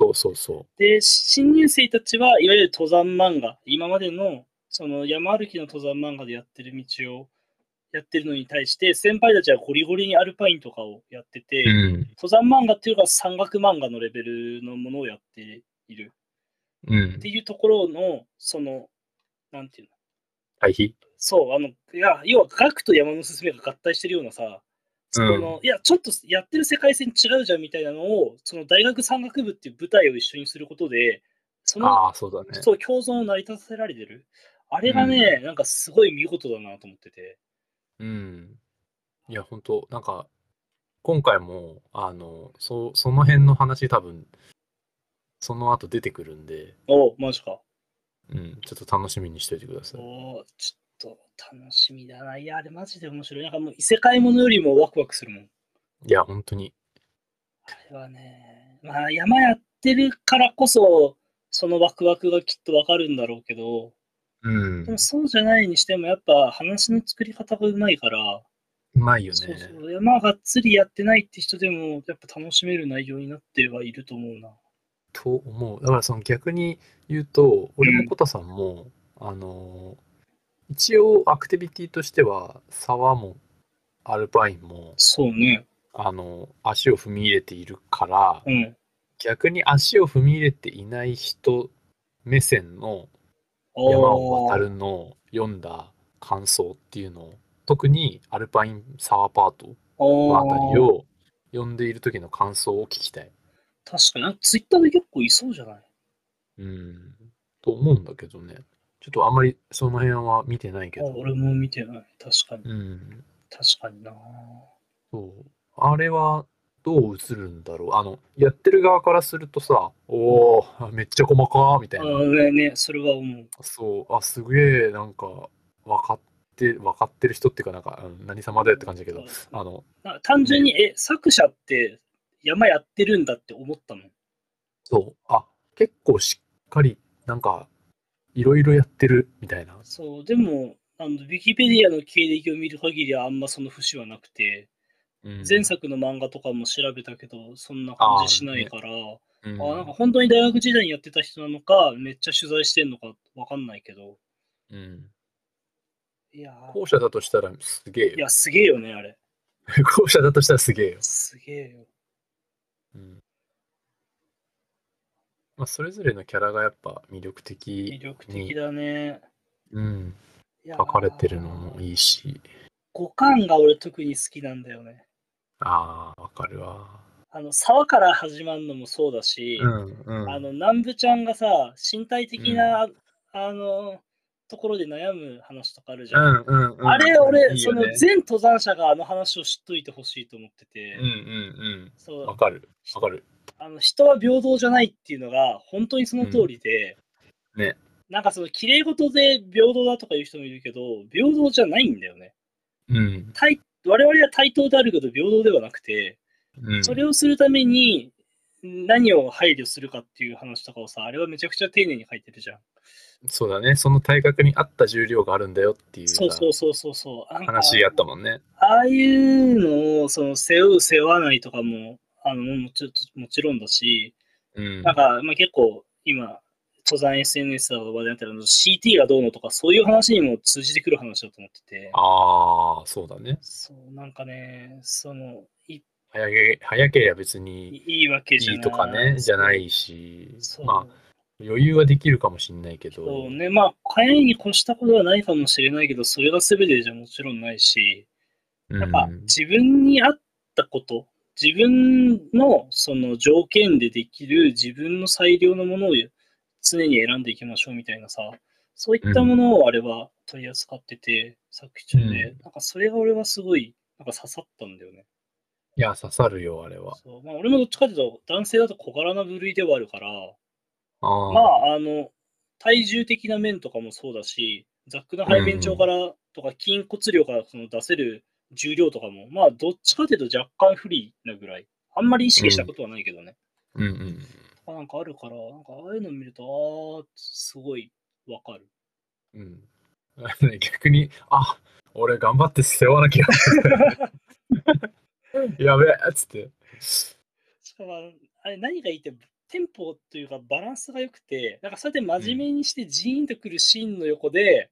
Speaker 2: そうそうそ
Speaker 1: で、新入生たちはいわゆる登山漫画、今までのその山歩きの登山漫画でやってる道をやってるのに対して、先輩たちはゴリゴリにアルパインとかをやってて、
Speaker 2: う。うん。
Speaker 1: 登山漫画っていうか山岳漫画のレベルのものをやっている
Speaker 2: うん
Speaker 1: って。いうところの、その、なんていうの、
Speaker 2: 対比
Speaker 1: そう、あの、いや、要は学と山のすすめが合体してるようなさ、その、いや、ちょっとやってる世界線違うじゃんみたいなのを、その大学山岳部っていう舞台を一緒にすることで、その
Speaker 2: ああ、そうだね。
Speaker 1: そう、共存を成り立たせられてる。あれがね、なんかすごい見事だなと思ってて。
Speaker 2: うん。いや、本当なんか、今回も、あの、そ、その辺の話多分、その後出てくるんで、
Speaker 1: おうマジか。
Speaker 2: うん、ちょっと楽しみにしておいてください。
Speaker 1: おうちょっと楽しみだな。いや、あれマジで面白い。なんかもう異世界ものよりもワクワクするもん。
Speaker 2: いや、本当に。
Speaker 1: あれはね、まあ山やってるからこそ、そのワクワクがきっとわかるんだろうけど、
Speaker 2: うん
Speaker 1: でもそうじゃないにしてもやっぱ話の作り方がうまいから、
Speaker 2: うまいよ
Speaker 1: そう
Speaker 2: ね。
Speaker 1: そう、山がっつりやってないって人でもやっぱ楽しめる内容になってはいると思うな。
Speaker 2: と思う。だからその逆に言うと、俺
Speaker 1: う
Speaker 2: も
Speaker 1: ん
Speaker 2: コタさんも、あのー、一応アクティビティとしては、沢もアルパインも、
Speaker 1: そうね。
Speaker 2: あのー、足を踏み入れているから、
Speaker 1: うん。
Speaker 2: 逆に足を踏み入れていない人目線の
Speaker 1: おー
Speaker 2: 山を渡るのを読んだ感想っていうのを、特にアルパイン沢パートのあたり
Speaker 1: あー
Speaker 2: を読んでいる時の感想を聞きたい。
Speaker 1: 確かに、なんかツイッターで結構いそうじゃない
Speaker 2: うんと思うんだけどね。ちょっとあんまりその辺は見てないけ
Speaker 1: あ
Speaker 2: ど。
Speaker 1: 俺も見てない。確かに。
Speaker 2: うん。
Speaker 1: 確かにな。
Speaker 2: そう。あれはどう映るんだろう。あの、やってる側からするとさ、おお、めっちゃ細かーみたい
Speaker 1: あ
Speaker 2: な。
Speaker 1: ねね、それは思う。
Speaker 2: そう、あ、すげえ、なんか、分かって、分かってる人っていうか、なんか、うん何様だよって感じだけど、あの、
Speaker 1: な単純に、え、作者って山やってるんだって思ったの。
Speaker 2: そう、あ、結構しっかり、なんか、いろいろやってるみたいな。
Speaker 1: そう、でも、あの、ウィキペディアの経歴を見る限りはあんまその節はなくて、
Speaker 2: うん
Speaker 1: 前作の漫画とかも調べたけど、そんな感じしないから、
Speaker 2: う
Speaker 1: あなんか本当に大学時代にやってた人なのか、めっちゃ取材してんのかわかんないけど、
Speaker 2: うん
Speaker 1: いやー
Speaker 2: 後者だとしたらすげえ
Speaker 1: い
Speaker 2: よ。
Speaker 1: や、すげえよね、あれ。
Speaker 2: [LAUGHS] 後者だとしたらすげえよ。
Speaker 1: すげえよ。
Speaker 2: うんまあ、それぞれのキャラがやっぱ魅力
Speaker 1: 魅
Speaker 2: 的
Speaker 1: 力的だね。
Speaker 2: うん、
Speaker 1: いやー
Speaker 2: 書かれてるのもいいし。
Speaker 1: 五感が俺特に好きなんだよね。
Speaker 2: ああ、わかるわ。
Speaker 1: あの、沢から始まるのもそうだし、
Speaker 2: うんうん。
Speaker 1: あの、南部ちゃんがさ、身体的な、あの、ところで悩む話とかあるじゃん。
Speaker 2: うんうんうん、
Speaker 1: あれ、俺、
Speaker 2: いい
Speaker 1: そ
Speaker 2: よ
Speaker 1: の
Speaker 2: ね
Speaker 1: 全登山者があの話を知っといてほしいと思ってて、
Speaker 2: うんうん
Speaker 1: そ
Speaker 2: うん。
Speaker 1: う
Speaker 2: わかる。わかる。
Speaker 1: あの人は平等じゃないっていうのが本当にその通りで、
Speaker 2: うんね
Speaker 1: なんかその綺麗事で平等だとか言う人もいるけど、平等じゃないんだよね。
Speaker 2: うん。
Speaker 1: 対我々は対等であるけど平等ではなくて、
Speaker 2: うん、
Speaker 1: それをするために何を配慮するかっていう話とかをさ、あれはめちゃくちゃ丁寧に書いてるじゃん。
Speaker 2: そうだね。その体格に合った重量があるんだよっていうさ
Speaker 1: そうそうそうそうそう。なんか
Speaker 2: 話やったもんね。
Speaker 1: ああいうのをその背負う背負わないとかもあのもちろんもちろんだし、
Speaker 2: うん
Speaker 1: なんか、まあ、結構今、登山 SNS が話題になってるの CT がどうのとかそういう話にも通じてくる話だと思ってて、
Speaker 2: ああ、そうだね。
Speaker 1: そうなんかね、そのい
Speaker 2: 早け早ければ別に
Speaker 1: いいわけじゃ
Speaker 2: い
Speaker 1: ない
Speaker 2: いとかね、じゃな。いし、
Speaker 1: そう
Speaker 2: まあ、余裕はできるかもしれないけど、
Speaker 1: そうね、まあ、早いに越したことはないかもしれないけど、それが全てじゃもちろんないし、
Speaker 2: うん
Speaker 1: やっぱ自分に合ったこと、自分のその条件でできる自分の最良のものを常に選んでいきましょうみたいなさ、そういったものをあれは取り扱ってて、作中で
Speaker 2: う、
Speaker 1: なんかそれが俺はすごいなんか刺さったんだよね。
Speaker 2: いや、刺さるよ、あれは。
Speaker 1: そうまあ、俺もどっちかというと、男性だと小柄な部類ではあるから、
Speaker 2: ああ、
Speaker 1: まあ、あの、体重的な面とかもそうだし、ざっくな背面長からとか筋骨量からその出せる重量とかも、まあ、どっちかというと若干不利なぐらい。あんまり意識したことはないけどね。
Speaker 2: うんうん。
Speaker 1: とかなんかあるから、なんかああいうの見ると、ああ、すごいわかる。
Speaker 2: うん、 [LAUGHS] 逆に、あ俺頑張って背負
Speaker 1: [LAUGHS]
Speaker 2: わなきゃ。やべえっつって。
Speaker 1: しかも、あれ何がいいって、テンポというかバランスが良くて、なんかそうやって真面目にしてジーンとくるシーンの横で、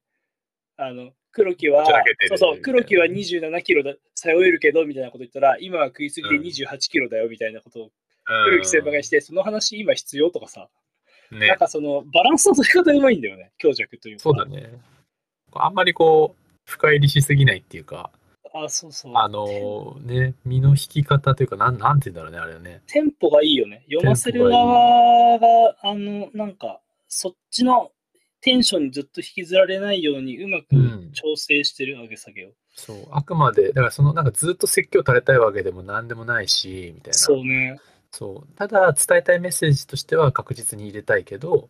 Speaker 1: あの、黒木は
Speaker 2: こちらけて、る
Speaker 1: そうそ
Speaker 2: み
Speaker 1: う、
Speaker 2: たいな
Speaker 1: 黒木は27キロだ、背負えるけど、みたいなこと言ったら、今は食いすぎ
Speaker 2: うん
Speaker 1: で28キロだよ、みたいなことを
Speaker 2: 黒
Speaker 1: 黒木先輩がして、その話今必要とかさ、
Speaker 2: ね
Speaker 1: なん、かそのバランスの取り方うまいんだよね、強弱というか。
Speaker 2: そうだね。あんまりこう、深入りしすぎないっていうか、
Speaker 1: あ、そうそう。
Speaker 2: あのーね、身の引き方というか、なんなんて言うんだろうね、あれはね。
Speaker 1: テンポがいいよね。読ませる
Speaker 2: テンポがいい
Speaker 1: 側が、あの、なんか、そっちのテンションにずっと引きずられないようにうま
Speaker 2: うん
Speaker 1: く調整してる上げ下げを。
Speaker 2: そう、あくまで、だからその、なんかずっと説教垂れたいわけでもなんでもないし、みたいな。
Speaker 1: そうね。
Speaker 2: そうただ、伝えたいメッセージとしては確実に入れたいけど、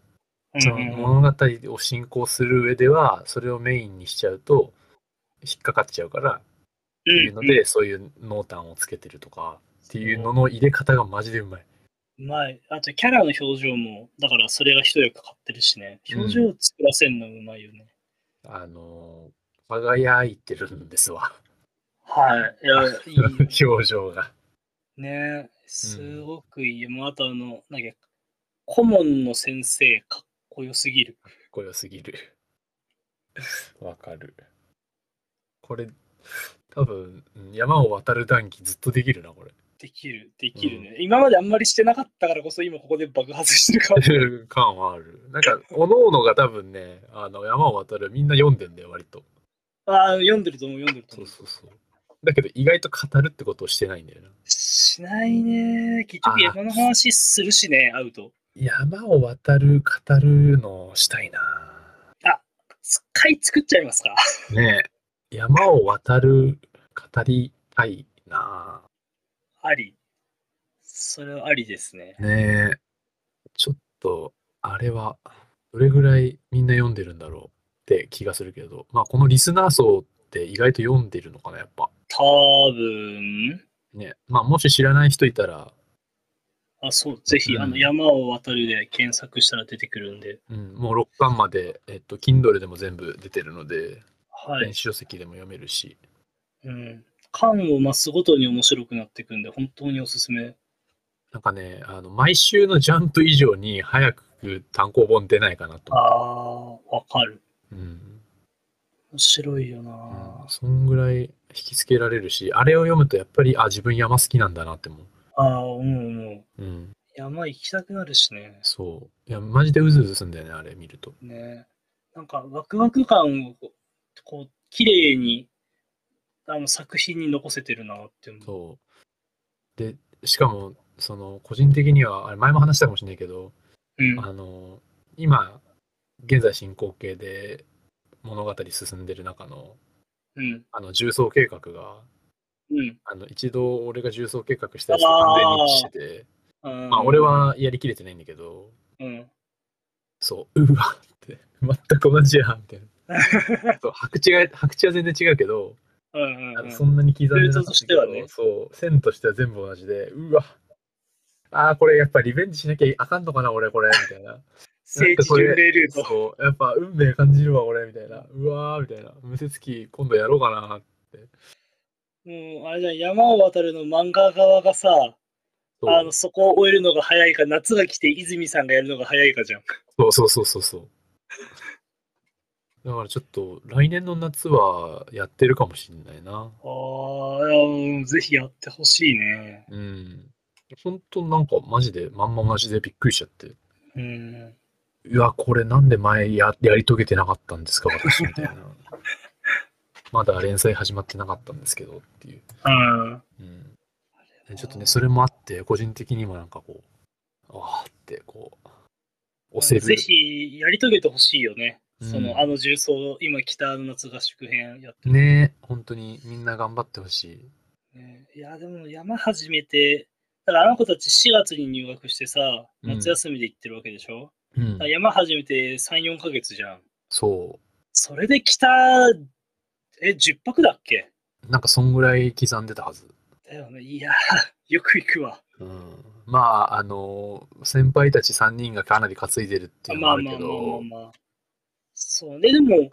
Speaker 1: うん
Speaker 2: その
Speaker 1: うんうん
Speaker 2: 物語を進行する上ではそれをメインにしちゃうと引っかかっちゃうからっていうのでそういう濃淡をつけてるとかっていうのの入れ方がマジでうまい。
Speaker 1: うまい。あと、キャラの表情も、だからそれが一役買ってるしね。表情を作らせるのうまいよね。
Speaker 2: あのー輝いてるんですわ
Speaker 1: はい。いや、いいよね
Speaker 2: 表情が。
Speaker 1: ね。すごくいい。もうあと、あの、なんか、顧問の先生、かっこよすぎる。
Speaker 2: こよすぎる。わかる。これ多分山を渡る談義ずっとできるなこれ。
Speaker 1: できる、できるね。今まであんまりしてなかったからこそ、今ここで爆発してる
Speaker 2: [LAUGHS]
Speaker 1: かも
Speaker 2: っていう感はある。なんか各々が多分ねあの山を渡るみんな読んでんだよ割と。
Speaker 1: ああ、読んでると思う、読んでると
Speaker 2: そ
Speaker 1: 思
Speaker 2: う
Speaker 1: う。
Speaker 2: そうそう。だけど意外と語るってことをしてないんだよな。
Speaker 1: しないね。結局山の話するしね、会うと。
Speaker 2: 山を渡る、語るのをしたいな。
Speaker 1: つ買い作っちゃいますか。
Speaker 2: ねえ。山を渡る、語りたいな。
Speaker 1: あり。それはありですね。
Speaker 2: ねえ。ちょっと、あれは、どれぐらいみんな読んでるんだろうって気がするけど、まあこのリスナー層って意外と読んでるのかな、やっぱ。
Speaker 1: 多分
Speaker 2: ねまあもし知らない人いたら、
Speaker 1: あ、そう、ぜひ、
Speaker 2: うん
Speaker 1: あの、山を渡るで検索したら出てくるんで。
Speaker 2: うん、もう6巻まで、えっと、Kindle でも全部出てるので、
Speaker 1: はい
Speaker 2: 電。子書籍でも読めるし、
Speaker 1: うん。巻を増すごとに面白くなっていくんで、本当におすすめ。
Speaker 2: なんかね、あの毎週のジャンプ以上に早く単行本出ないかなと
Speaker 1: あ
Speaker 2: 思
Speaker 1: あ、わかる。
Speaker 2: う。うん
Speaker 1: 面白いよな、
Speaker 2: うんそんぐらい引きつけられるし、あれを読むとやっぱり、あ、自分山好きなんだなって思
Speaker 1: ああ、うんうん。
Speaker 2: う。うん、
Speaker 1: 山行きたくなるしね。
Speaker 2: そう。いや、マジでうずうずすんだよね、あれ見ると。
Speaker 1: ね。なんかワクワク感をこう、こう綺麗にあの作品に残せてるなって思う。
Speaker 2: そう。で、しかも、その、個人的には、あれ前も話したかもしれないけど、
Speaker 1: うん。
Speaker 2: あの、今、現在進行形で物語進んでる中の、
Speaker 1: うん。
Speaker 2: あの、重層計画が、
Speaker 1: うん。
Speaker 2: あの、一度俺が重層計画したやつと完全に一致してて、
Speaker 1: うん
Speaker 2: まあ、俺。はやりきれてないんだけど、
Speaker 1: うん。
Speaker 2: そう、うわって、全く同じやん、みたいな。
Speaker 1: [LAUGHS]
Speaker 2: そう白地が、白地は全然違うけど、
Speaker 1: うんうん
Speaker 2: あ
Speaker 1: う
Speaker 2: の
Speaker 1: ん。
Speaker 2: そんなに刻ん
Speaker 1: フェ
Speaker 2: でなか
Speaker 1: ル
Speaker 2: っ
Speaker 1: ト
Speaker 2: た
Speaker 1: と
Speaker 2: け
Speaker 1: し
Speaker 2: ど
Speaker 1: てはね
Speaker 2: そう、線としては全部同じで、うわああ、これやっぱリベンジしなきゃあかんのかな、俺、これ、みたいな。
Speaker 1: 聖地巡礼ルート。
Speaker 2: そう、やっぱ運命感じるわ、俺、みたいな。うわー、みたいな。無節期、今度やろうかな。
Speaker 1: もうあれじゃん山を渡るの漫画側がさ、
Speaker 2: そう
Speaker 1: あのそこを終えるのが早いか、夏が来て泉さんがやるのが早いかじゃん。
Speaker 2: そうそうそうそうそう。だからちょっと、来年の夏はやってるかもしんないな。
Speaker 1: ああ、いやうんぜひやってほしいね。
Speaker 2: うん。ほんと、なんか、マジで、まんま同じでびっくりしちゃって。
Speaker 1: うん。
Speaker 2: うわ、これなんで前ややり遂げてなかったんですか、私みたいな。まだ連載始まってなかったんですけどっていう。
Speaker 1: うん。
Speaker 2: うん、でちょっとね、それもあって、個人的にもなんかこう、ああってこう、押せ
Speaker 1: ぜ
Speaker 2: る。
Speaker 1: ひやり遂げてほしいよね。
Speaker 2: うん
Speaker 1: そのあの重曹、今北の夏合宿編やってる、
Speaker 2: ねえ本当にみんな頑張ってほしい。
Speaker 1: ねいや、でも山始めて、だからあの子たち4月に入学してさ、
Speaker 2: うん
Speaker 1: 夏休みで行ってるわけでしょ、
Speaker 2: うん
Speaker 1: だから、山始めて3、4ヶ月じゃん。
Speaker 2: そ
Speaker 1: それで北、え、10泊だっけ
Speaker 2: う。なんかそんぐらい刻んでたはず。
Speaker 1: だよね。いや、 [LAUGHS] よく行くわ。
Speaker 2: うん、まあ、あの、先輩たち3人がかなり担いでるっていうのも
Speaker 1: ま
Speaker 2: あ
Speaker 1: あ
Speaker 2: る
Speaker 1: ま
Speaker 2: け
Speaker 1: あまあまあ
Speaker 2: ど、
Speaker 1: まあ。そうね、でも、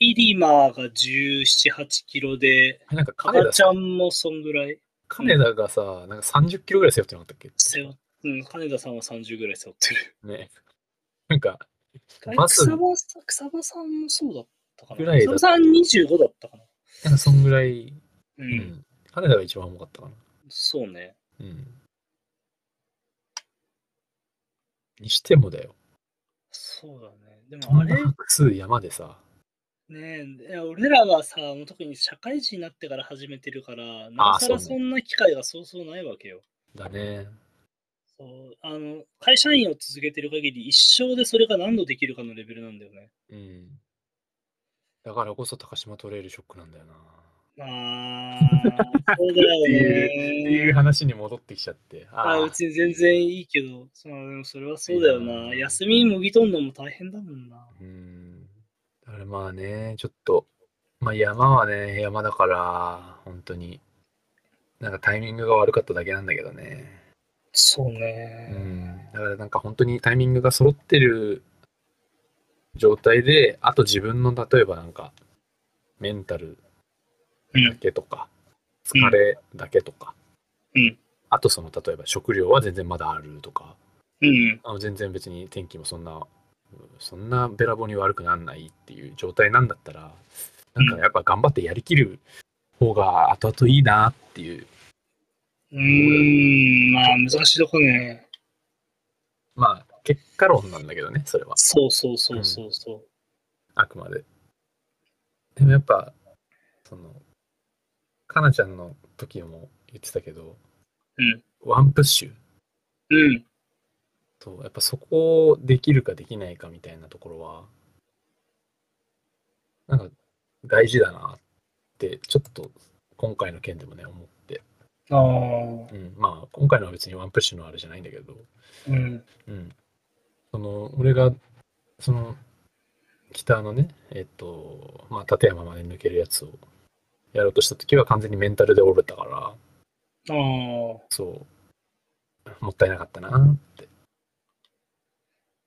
Speaker 1: イリマーが17、8キロで、
Speaker 2: なんか
Speaker 1: カ
Speaker 2: 金
Speaker 1: ナ
Speaker 2: 田
Speaker 1: ちゃんもそんぐらい。
Speaker 2: 金田がさ、なんか30キロぐらい背負ってなかったっけ
Speaker 1: 背負っうん、金田さんは30ぐらい背負ってる。
Speaker 2: ね。なんか、 [LAUGHS] バス
Speaker 1: 草場さん草場さんもそうだったか
Speaker 2: ぐ
Speaker 1: な。
Speaker 2: らいだ
Speaker 1: 草場さん25だったかな。
Speaker 2: なんかそんぐらい、
Speaker 1: う、
Speaker 2: うんん。金田が一番重かったかな。
Speaker 1: そうね。
Speaker 2: うん。にしてもだよ。
Speaker 1: そうだね。で
Speaker 2: あ
Speaker 1: もあ
Speaker 2: ん
Speaker 1: れ
Speaker 2: な複数山でさ、
Speaker 1: ねいや俺らがさ、もう特に社会人になってから始めてるから、なおさら
Speaker 2: そ
Speaker 1: そう
Speaker 2: ね
Speaker 1: んな機会がそうそうないわけよ。
Speaker 2: だね。
Speaker 1: そうあの会社員を続けてる限り、一生でそれが何度できるかのレベルなんだよね。
Speaker 2: うん。だからこそ高島トレイルショックなんだよな。っ [LAUGHS]
Speaker 1: ああ、そうだよ
Speaker 2: て
Speaker 1: ね
Speaker 2: いう。話に戻ってきちゃって。
Speaker 1: あ
Speaker 2: ああ
Speaker 1: 別に全然いいけど、そのでもそれはそうだよ
Speaker 2: いや
Speaker 1: な。
Speaker 2: ー
Speaker 1: 休みもぎ取んのも大変だもんな。
Speaker 2: うん。だからまあね、ちょっと、まあ山はね、山だから、本当に、なんかタイミングが悪かっただけなんだけどね。
Speaker 1: そう
Speaker 2: う
Speaker 1: ね。
Speaker 2: ん、だからなんか本当にタイミングが揃ってる状態であと自分の例えばなんかメンタルだけとか、
Speaker 1: うん
Speaker 2: 疲れだけとか、
Speaker 1: うん
Speaker 2: あとその例えば食料は全然まだあるとか
Speaker 1: うん。
Speaker 2: あの全然別に天気もそんなうんそんなべらぼうに悪くなんないっていう状態なんだったらなんかやっぱ頑張ってやりきる方が後々いいなっていう
Speaker 1: うーん、まあ難しいとこね。
Speaker 2: まあ結果論なんだけどねそれは。
Speaker 1: そうそうそうそうそう。
Speaker 2: あくまで。でもやっぱ、その、かなちゃんの時も言ってたけど、
Speaker 1: うん
Speaker 2: ワンプッシュ。
Speaker 1: うん。
Speaker 2: そう、やっぱそこをできるかできないかみたいなところは、なんか大事だなって、ちょっと今回の件でもね、思って。
Speaker 1: ああ。
Speaker 2: うん、まあ、今回のは別にワンプッシュのあれじゃないんだけど、
Speaker 1: うん。
Speaker 2: うん。その、俺が、その、北のね、えっと、まあ、立山まで抜けるやつをやろうとした時は完全にメンタルで折れたから、
Speaker 1: ああ。
Speaker 2: そう、もったいなかったなって。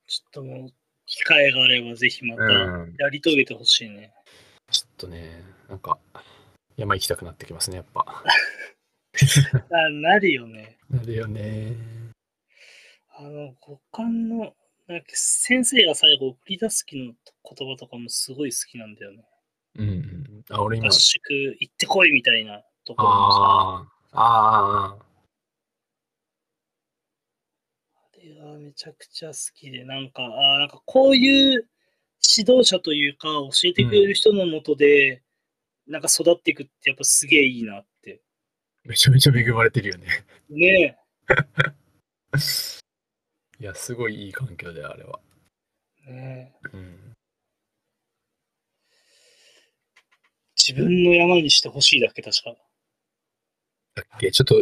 Speaker 1: ちょっともう、機会があればぜひまた
Speaker 2: うん
Speaker 1: やり遂げてほしいね。
Speaker 2: ちょっとね、なんか、山行きたくなってきますね、やっぱ。
Speaker 1: あなるよね。
Speaker 2: なるよね。
Speaker 1: あの、五感の、なんか先生が最後送り出す気の言葉とかもすごい好きなんだよね。
Speaker 2: うんうん。あ、俺今
Speaker 1: 合、宿行ってこいみたいなところもさ。
Speaker 2: ああ、ああ、
Speaker 1: あれはめちゃくちゃ好きで、なんか、あーなんかこういう指導者というか、教えてくれる人のもとで、なんか育っていくってやっぱすげえいいなって。
Speaker 2: めちゃめちゃ恵まれてるよね。
Speaker 1: ねえ、
Speaker 2: いや、すごいいい環境だよ、あれは。
Speaker 1: ねえ
Speaker 2: うん。
Speaker 1: 自分の山にしてほしいだっけ、確か。
Speaker 2: だっけちょっと、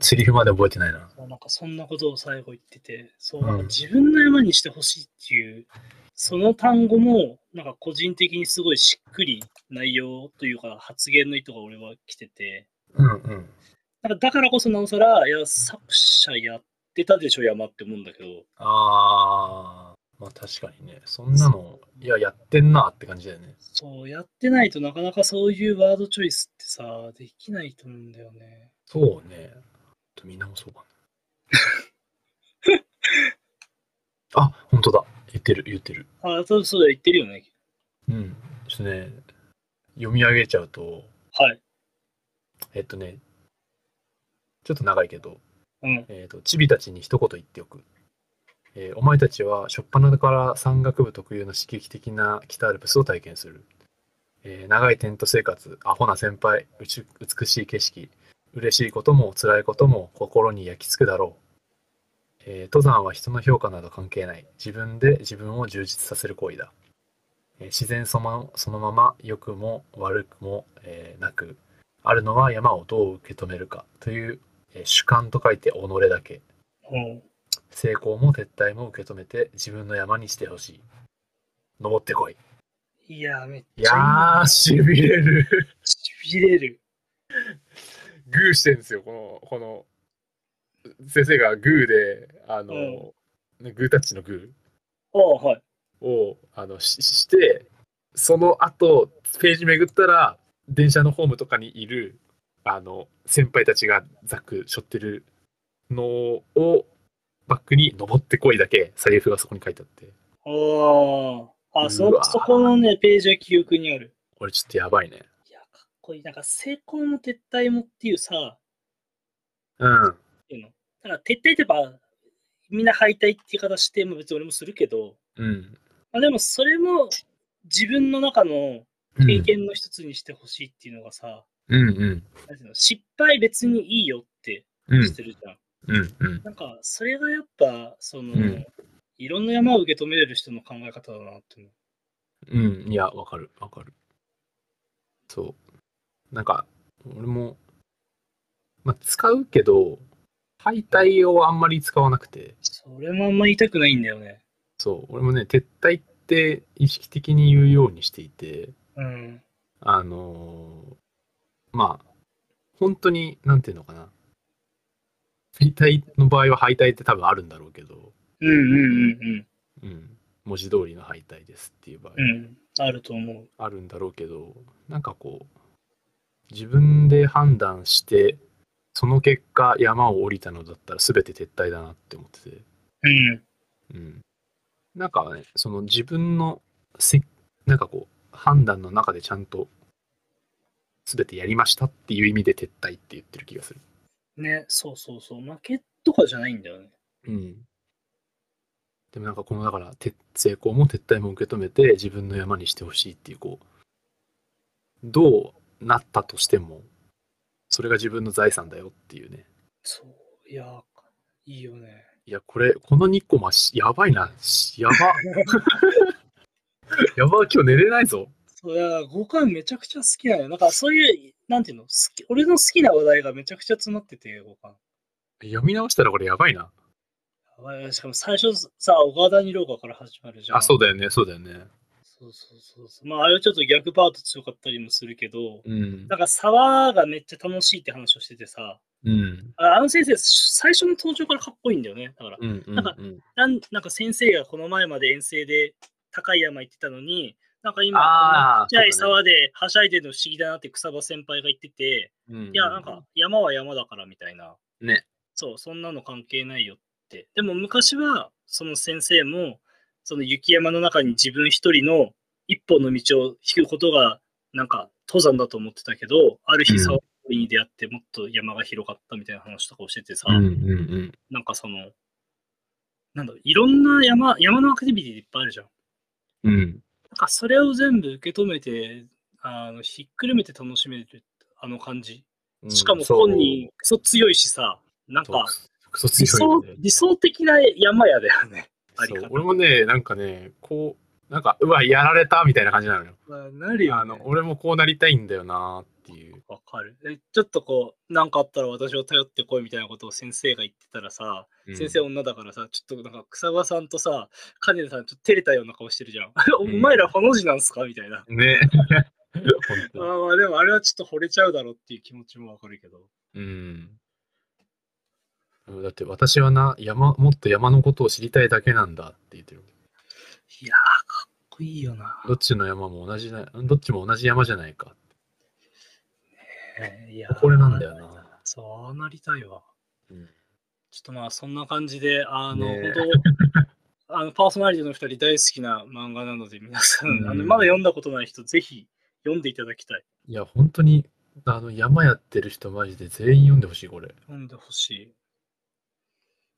Speaker 2: セリフまで覚えてないな。
Speaker 1: なんかそんなことを最後言ってて、そうう、
Speaker 2: ん
Speaker 1: なんか自分の山にしてほしいっていう、その単語も、なんか個人的にすごいしっくり内容というか発言の意図が俺は来てて、
Speaker 2: うんうん。
Speaker 1: なんかだからこそなおさら、いや、作者やってたでしょ、山って思うんだけど、
Speaker 2: ああ、まあ確かにね、そんなの、いや、やってんなって感じだよね。
Speaker 1: そう、やってないとなかなかそういうワードチョイスってさ、できないと思うんだよね。
Speaker 2: そうね。とみんなもそうかな。あ、本当だ。言ってる、言ってる。
Speaker 1: あ、そうそうだ、言ってるよね。
Speaker 2: うん。ちょっとね、読み上げちゃうと、
Speaker 1: はい。
Speaker 2: えっとね、ちょっと長いけど、
Speaker 1: うん。
Speaker 2: えーと、チビたちに一言言っておく。えーお前たちは、初っ端から山岳部特有の刺激的な北アルプスを体験する。えー長いテント生活、アホな先輩、うち美しい景色、嬉しいことも辛いことも心に焼き付くだろう。えー登山は人の評価など関係ない。自分で自分を充実させる行為だ。えー自然そのそのまま、良くも悪くも、えーなく、あるのは山をどう受け止めるかというえー主観と書いて己だけ
Speaker 1: うん、
Speaker 2: 成功も撤退も受け止めて自分の山にしてほしい登ってこい
Speaker 1: いや、めっ
Speaker 2: い
Speaker 1: ちゃいい
Speaker 2: や
Speaker 1: な
Speaker 2: ーしびれる
Speaker 1: しびれる。
Speaker 2: グーしてんですよこのこの先生がグーであの、グータッチのグ
Speaker 1: ああ、はい。
Speaker 2: ーをあのししてその後ページめぐったら電車のホームとかにいるあの先輩たちがザック背負ってるのをバックに登ってこいだけセリフがそこに書いてあって
Speaker 1: ああ、あ、
Speaker 2: う
Speaker 1: そ、
Speaker 2: わ
Speaker 1: そこのね、ページは記憶にある。
Speaker 2: これちょっとやばいね。
Speaker 1: いや、かっこいい。なんか、成功も撤退もっていうさ、
Speaker 2: うん。
Speaker 1: っていうの。だから、撤退ってば、みんな敗退って言い方して、まあ、別に俺もするけど、
Speaker 2: うん。
Speaker 1: まあ、でも、それも自分の中の経験の一つにしてほしいっていうのがさ、
Speaker 2: うんうん。
Speaker 1: なんていうの失敗別にいいよって
Speaker 2: うん
Speaker 1: してるじゃん。
Speaker 2: うんうん。
Speaker 1: なんか、それがやっぱ、その、
Speaker 2: うん
Speaker 1: いろんな山を受け止めれる人の考え方だなって思う。
Speaker 2: うん。いや、わかるわかる。そう。なんか、俺も、まあ、使うけど、敗退をあんまり使わなくて、
Speaker 1: それもあんま言いたくないんだよね。
Speaker 2: そう。俺もね、撤退って意識的に言うようにしていて、
Speaker 1: うん。
Speaker 2: あのーまあ、本当に、なんていうのかな。敗退の場合は敗退って多分あるんだろうけど、
Speaker 1: うんうんうん
Speaker 2: うん。文字通りの敗退ですっていう場合。
Speaker 1: うん。うん。あると思う。
Speaker 2: あるんだろうけどなんかこう自分で判断してその結果山を降りたのだったら全て撤退だなって思ってて、
Speaker 1: うん。
Speaker 2: うん、なんかねその自分のせなんかこう判断の中でちゃんと全てやりましたっていう意味で撤退って言ってる気がする。
Speaker 1: ね、そうそうそう。負けとかじゃないんだよね。
Speaker 2: うんでもなんかこのだからて成功も撤退も受け止めて自分の山にしてほしいっていうこうどうなったとしてもそれが自分の財産だよっていうね
Speaker 1: そう。いやー、いいよね。
Speaker 2: いやこれこの2個ましやばいなしやば [LAUGHS] やば今日寝れないぞ
Speaker 1: そういやー、五感めちゃくちゃ好きなのよ。なんかそういう、なんていうの、好き俺の好きな話題がめちゃくちゃ詰まってて、五感。
Speaker 2: 読み直したらこれやばいな
Speaker 1: やばいしかも最初さ、小川谷廊下から始まるじゃん。
Speaker 2: あそう
Speaker 1: だ。
Speaker 2: だよねそうだよね
Speaker 1: そうそうそうそう。まあ、あれはちょっと逆パート強かったりもするけど、
Speaker 2: うん
Speaker 1: なんか沢がめっちゃ楽しいって話をしててさ、
Speaker 2: うん
Speaker 1: ああの先生、最初の登場からかっこいいんだよね。だから、
Speaker 2: うんうん
Speaker 1: なんかなんなんか先生がこの前まで遠征で高い山行ってたのに、なんか今、
Speaker 2: あー
Speaker 1: こんなちっちゃい
Speaker 2: そう
Speaker 1: 沢ではしゃいでるの不思議だなって草場先輩が言ってて、
Speaker 2: うん
Speaker 1: いや、なんか山は山だからみたいな。
Speaker 2: ね。
Speaker 1: そう、そんなの関係ないよって。でも昔は、その先生も、その雪山の中に自分一人の一本の道を引くことが、なんか登山だと思ってたけど、ある
Speaker 2: うん
Speaker 1: 日沢に出会って、もっと山が広がったみたいな話とかをしててさ、
Speaker 2: うんうんうん。
Speaker 1: なんかその、なんだろう、いろんな山、山のアクティビティいっぱいあるじゃん。
Speaker 2: うん。
Speaker 1: なんかそれを全部受け止めて、あのひっくるめて楽しめるあの感じ。
Speaker 2: うん
Speaker 1: しかも本人、クソ強いしさ、なん
Speaker 2: そう
Speaker 1: か
Speaker 2: クソ
Speaker 1: 理
Speaker 2: 強い
Speaker 1: 想
Speaker 2: よね
Speaker 1: 理想的な山屋だよね。あり
Speaker 2: そう
Speaker 1: 方
Speaker 2: 俺もね、なんかね、こう、なんか、うわ、やられたみたいな感じなのよ。
Speaker 1: まあ、なるよ、ね。
Speaker 2: あの、俺もこうなりたいんだよなっていう。
Speaker 1: わかる。えちょっとこう、なんかあったら私を頼ってこいみたいなことを先生が言ってたらさ、
Speaker 2: うん
Speaker 1: 先生女だからさ、ちょっとなんか草場さんとさ、金田さんちょっと照れたような顔してるじゃ
Speaker 2: [LAUGHS]
Speaker 1: ん。お
Speaker 2: うん
Speaker 1: 前らほの字なんすかみたいな。
Speaker 2: ね。本
Speaker 1: あー
Speaker 2: 当
Speaker 1: まあでもあれはちょっと惚れちゃうだろうっていう気持ちもわかるけど。
Speaker 2: うん。だって私はな山もっと山のことを知りたいだけなんだって言ってる
Speaker 1: いやー、かっこいいよな。
Speaker 2: どっちの山も同じなどっちも同じ山じゃないか
Speaker 1: えーいや
Speaker 2: これなんだよな。
Speaker 1: そうなりたいわ。
Speaker 2: うん
Speaker 1: ちょっとまあそんな感じで、あの、
Speaker 2: ね
Speaker 1: 本
Speaker 2: え
Speaker 1: 当あのパーソナリティの2人大好きな漫画なので、皆さん、
Speaker 2: うん
Speaker 1: あのまだ読んだことない人、ぜひ読んでいただきたい。
Speaker 2: いや本当にあの山やってる人マジで全員読んでほしいこれ
Speaker 1: 読んでほしい。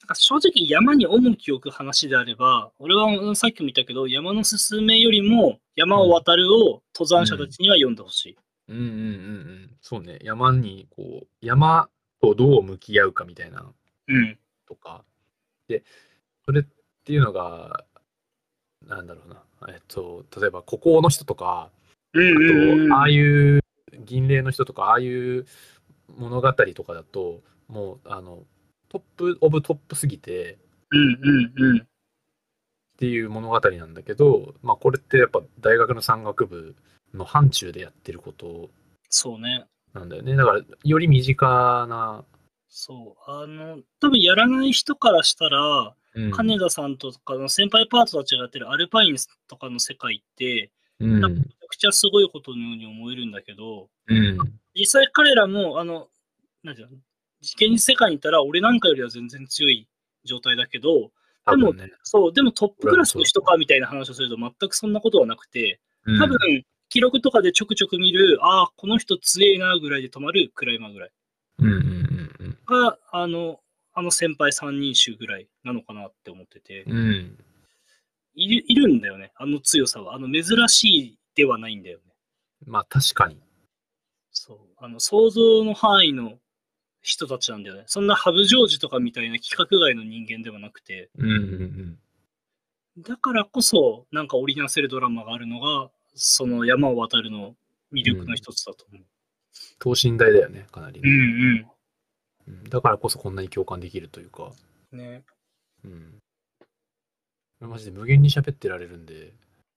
Speaker 1: なんか正直、山に重きを置く話であれば、俺はうんさっきも言ったけど、山の勧めよりも、山を渡るを登山者たちには読んでほしい。
Speaker 2: うんうんうんうんそうね山にこう山とどう向き合うかみたいな
Speaker 1: うん。
Speaker 2: とかでそれっていうのがなんだろうなえっと例えば孤高の人とか
Speaker 1: うん
Speaker 2: あ
Speaker 1: うんうん
Speaker 2: とああいう銀霊の人とかああいう物語とかだともうあのトップオブトップすぎて
Speaker 1: うんうんうん。
Speaker 2: っていう物語なんだけど、まあ、これってやっぱ大学の山岳部の範疇でやってること
Speaker 1: そうね。
Speaker 2: なんだよねだからより身近な、
Speaker 1: そう。あの、多分やらない人からしたら、
Speaker 2: うん
Speaker 1: 金田さんとかの先輩パートたちがやってるアルパインとかの世界って、
Speaker 2: うん
Speaker 1: なんかめちゃくちゃすごいことのように思えるんだけど、
Speaker 2: うん
Speaker 1: 実際彼らも、あの、なんていうの、事件世界にいたら、俺なんかよりは全然強い状態だけど、
Speaker 2: 多分ね
Speaker 1: そう、でもトップクラスの人かみたいな話をすると全くそんなことはなくて、多分、記録とかでちょくちょく見る、ああ、この人強えなぐらいで止まるクライマーぐらい
Speaker 2: うんうんうんうん
Speaker 1: が、あの、あの先輩三人衆ぐらいなのかなって思ってて。
Speaker 2: うんうん
Speaker 1: いるいるんだよね、あの強さは。あの珍しいではないんだよね。
Speaker 2: まあ確かに
Speaker 1: そう。あの想像の範囲の人たちなんだよね。そんなハブジョージとかみたいな規格外の人間ではなくて、
Speaker 2: うんうん
Speaker 1: だからこそ、なんか織りなせるドラマがあるのが、その山を渡るの魅力の一つだと思う。
Speaker 2: 等身大だよねかなり
Speaker 1: う
Speaker 2: ね、
Speaker 1: ん
Speaker 2: うんだからこそこんなに共感できるというか
Speaker 1: うん。ね。
Speaker 2: うん。マジで無限に喋ってられるんで。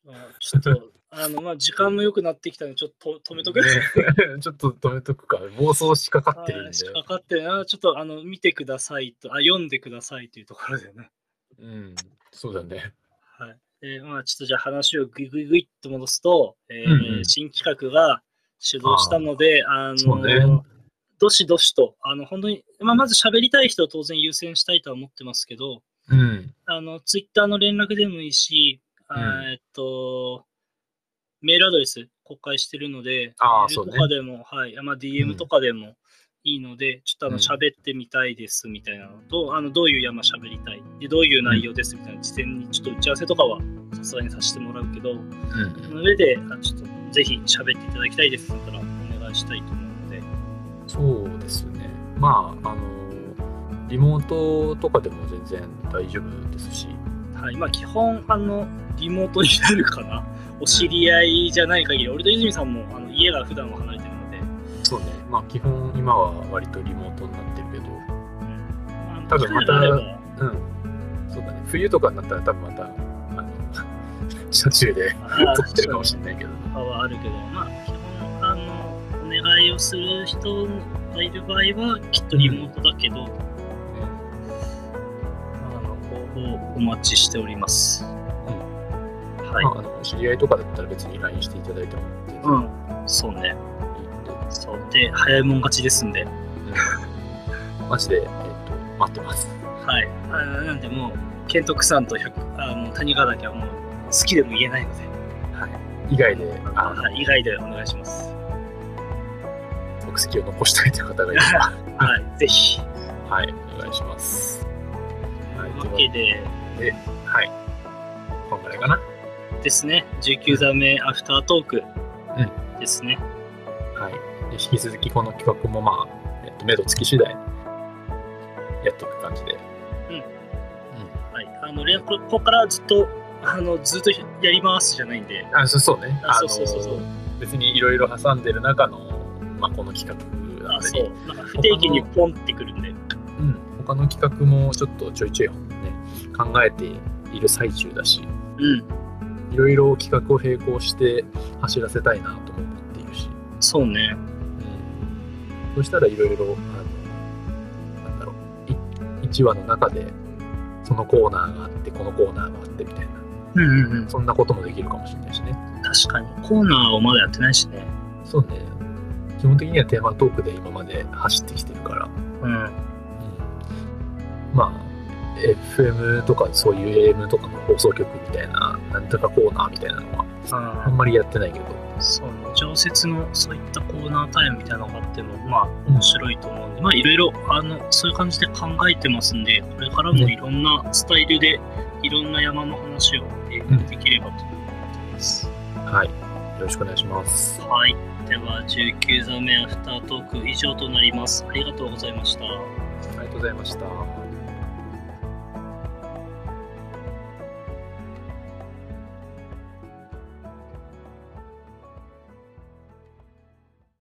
Speaker 1: あちょっと、 [LAUGHS] あの、まあ、時間も良くなってきたので、ちょっと止めとく。
Speaker 2: ね [LAUGHS] ちょっと止めとくか。暴走しかかってるん
Speaker 1: あ
Speaker 2: で。
Speaker 1: しかかってるな。ちょっと、あの、見てくださいと、あ、読んでくださいというところでね。
Speaker 2: うん。そうだね。
Speaker 1: はい。えーまあ、ちょっとじゃあ話をぐいぐいぐいっと戻すと、えー
Speaker 2: うんうん
Speaker 1: 新企画が主導したので、あ
Speaker 2: そ
Speaker 1: の
Speaker 2: うね
Speaker 1: どしどしと、あの本当に、まあ、まず喋りたい人を当然優先したいとは思ってますけど、
Speaker 2: うん。
Speaker 1: あのツイッターの連絡でもいいし、あー
Speaker 2: うん
Speaker 1: えっと、メールアドレス公開してるので、
Speaker 2: あ
Speaker 1: メ
Speaker 2: ー
Speaker 1: ー
Speaker 2: そう
Speaker 1: ル
Speaker 2: ね
Speaker 1: とかでも、はい、まあ、
Speaker 2: う
Speaker 1: DM
Speaker 2: ん
Speaker 1: とかでもいいので、ちょっとあ
Speaker 2: う
Speaker 1: の
Speaker 2: ん
Speaker 1: 喋ってみたいですみたいなのと、あのどういう山喋りたいで、どういう内容ですみたいな、事前にちょっと打ち合わせとかはさすがにさせてもらうけど、その上で、あちょっとぜひ喋っていただきたいですだったらお願いしたいと思うので、
Speaker 2: そうですね。まあ、あの、リモートとかでも全然大丈夫ですし。
Speaker 1: はい、まあ基本、あの、リモートになるかな。お知り合いじゃない限り、俺と泉さんもあの家が普段は離れてるので、
Speaker 2: そうね。まあ、基本今は割とリモートになってるけど。
Speaker 1: あの機会が
Speaker 2: 多分また
Speaker 1: あれば
Speaker 2: うん。そうだね。冬とかになったら多分また、あの、 [LAUGHS] 車中で
Speaker 1: あ
Speaker 2: [LAUGHS] 撮ってるかもしれないけど。
Speaker 1: とかはあるけど、まあ、基本、あの、お願いをする人がいる場合は、きっとリモートだけど、あの、応募お待ちしております。
Speaker 2: ん
Speaker 1: ははい
Speaker 2: まああの知り合いとかだったら別に LINE していただいても全然
Speaker 1: うん、そうね。そうで、早いもん勝ちですんで。
Speaker 2: うんマジで、えっと、待ってます。
Speaker 1: はい。あなんで、もう、ケントクさんと100あもう谷川だけはもう、好きでも言えないので、
Speaker 2: 以外で、
Speaker 1: あ
Speaker 2: あ
Speaker 1: はい以外でお願いします。
Speaker 2: の、国籍を残したいという方がいれ
Speaker 1: [LAUGHS]
Speaker 2: ば、
Speaker 1: はい、ぜひ。
Speaker 2: はい、お願いします。はい
Speaker 1: というわけで、
Speaker 2: はい。こんぐらいかな。
Speaker 1: ですね、19座目アフタートークですね。
Speaker 2: はい。で引き続きこの企画もまあ、えっと、目処つき次第、やっていく感じで。
Speaker 1: うん
Speaker 2: うん。
Speaker 1: はい。あの、連ここからずっと、あの、ずっとやりますじゃないんで、
Speaker 2: あ、そうそうね。
Speaker 1: あ
Speaker 2: あ
Speaker 1: そ
Speaker 2: の
Speaker 1: うそうそうそう
Speaker 2: 別にいろいろ挟んでる中の、まあ、この企画だ
Speaker 1: あ、
Speaker 2: った
Speaker 1: そ
Speaker 2: り
Speaker 1: う、なんか不定期にポンってくるんで、
Speaker 2: うん、他の企画もちょっとちょいちょい、ね、考えている最中だし
Speaker 1: うん、
Speaker 2: いろいろ企画を並行して走らせたいなとも思っているし、
Speaker 1: そうね。
Speaker 2: うん、そしたらいろいろあのなんだろう1話の中でそのコーナーがあってこのコーナーがあってみたいな
Speaker 1: うんうんうん、
Speaker 2: そんなこともできるかもしれないしね
Speaker 1: 確かに。コーナーをまだやってないしね。
Speaker 2: そうね基本的にはテーマトークで今まで走ってきてるから
Speaker 1: うん。
Speaker 2: うんまあ FM とかそういう AM とかの放送局みたいななんとかコーナーみたいなのはあんまりやってないけど、
Speaker 1: そうね、常設のそういったコーナータイムみたいなのがあっても、まあ、面白いと思うんで、まあ、いろいろ、あの、そういう感じで考えてますんで、これからもいろんなスタイルで、いろんな山の話を、えー
Speaker 2: うん
Speaker 1: できればと思ってます。
Speaker 2: はいよろしくお願いします
Speaker 1: はい。では、19座目アフタートーク以上となります。ありがとうございました。
Speaker 2: ありがとうございました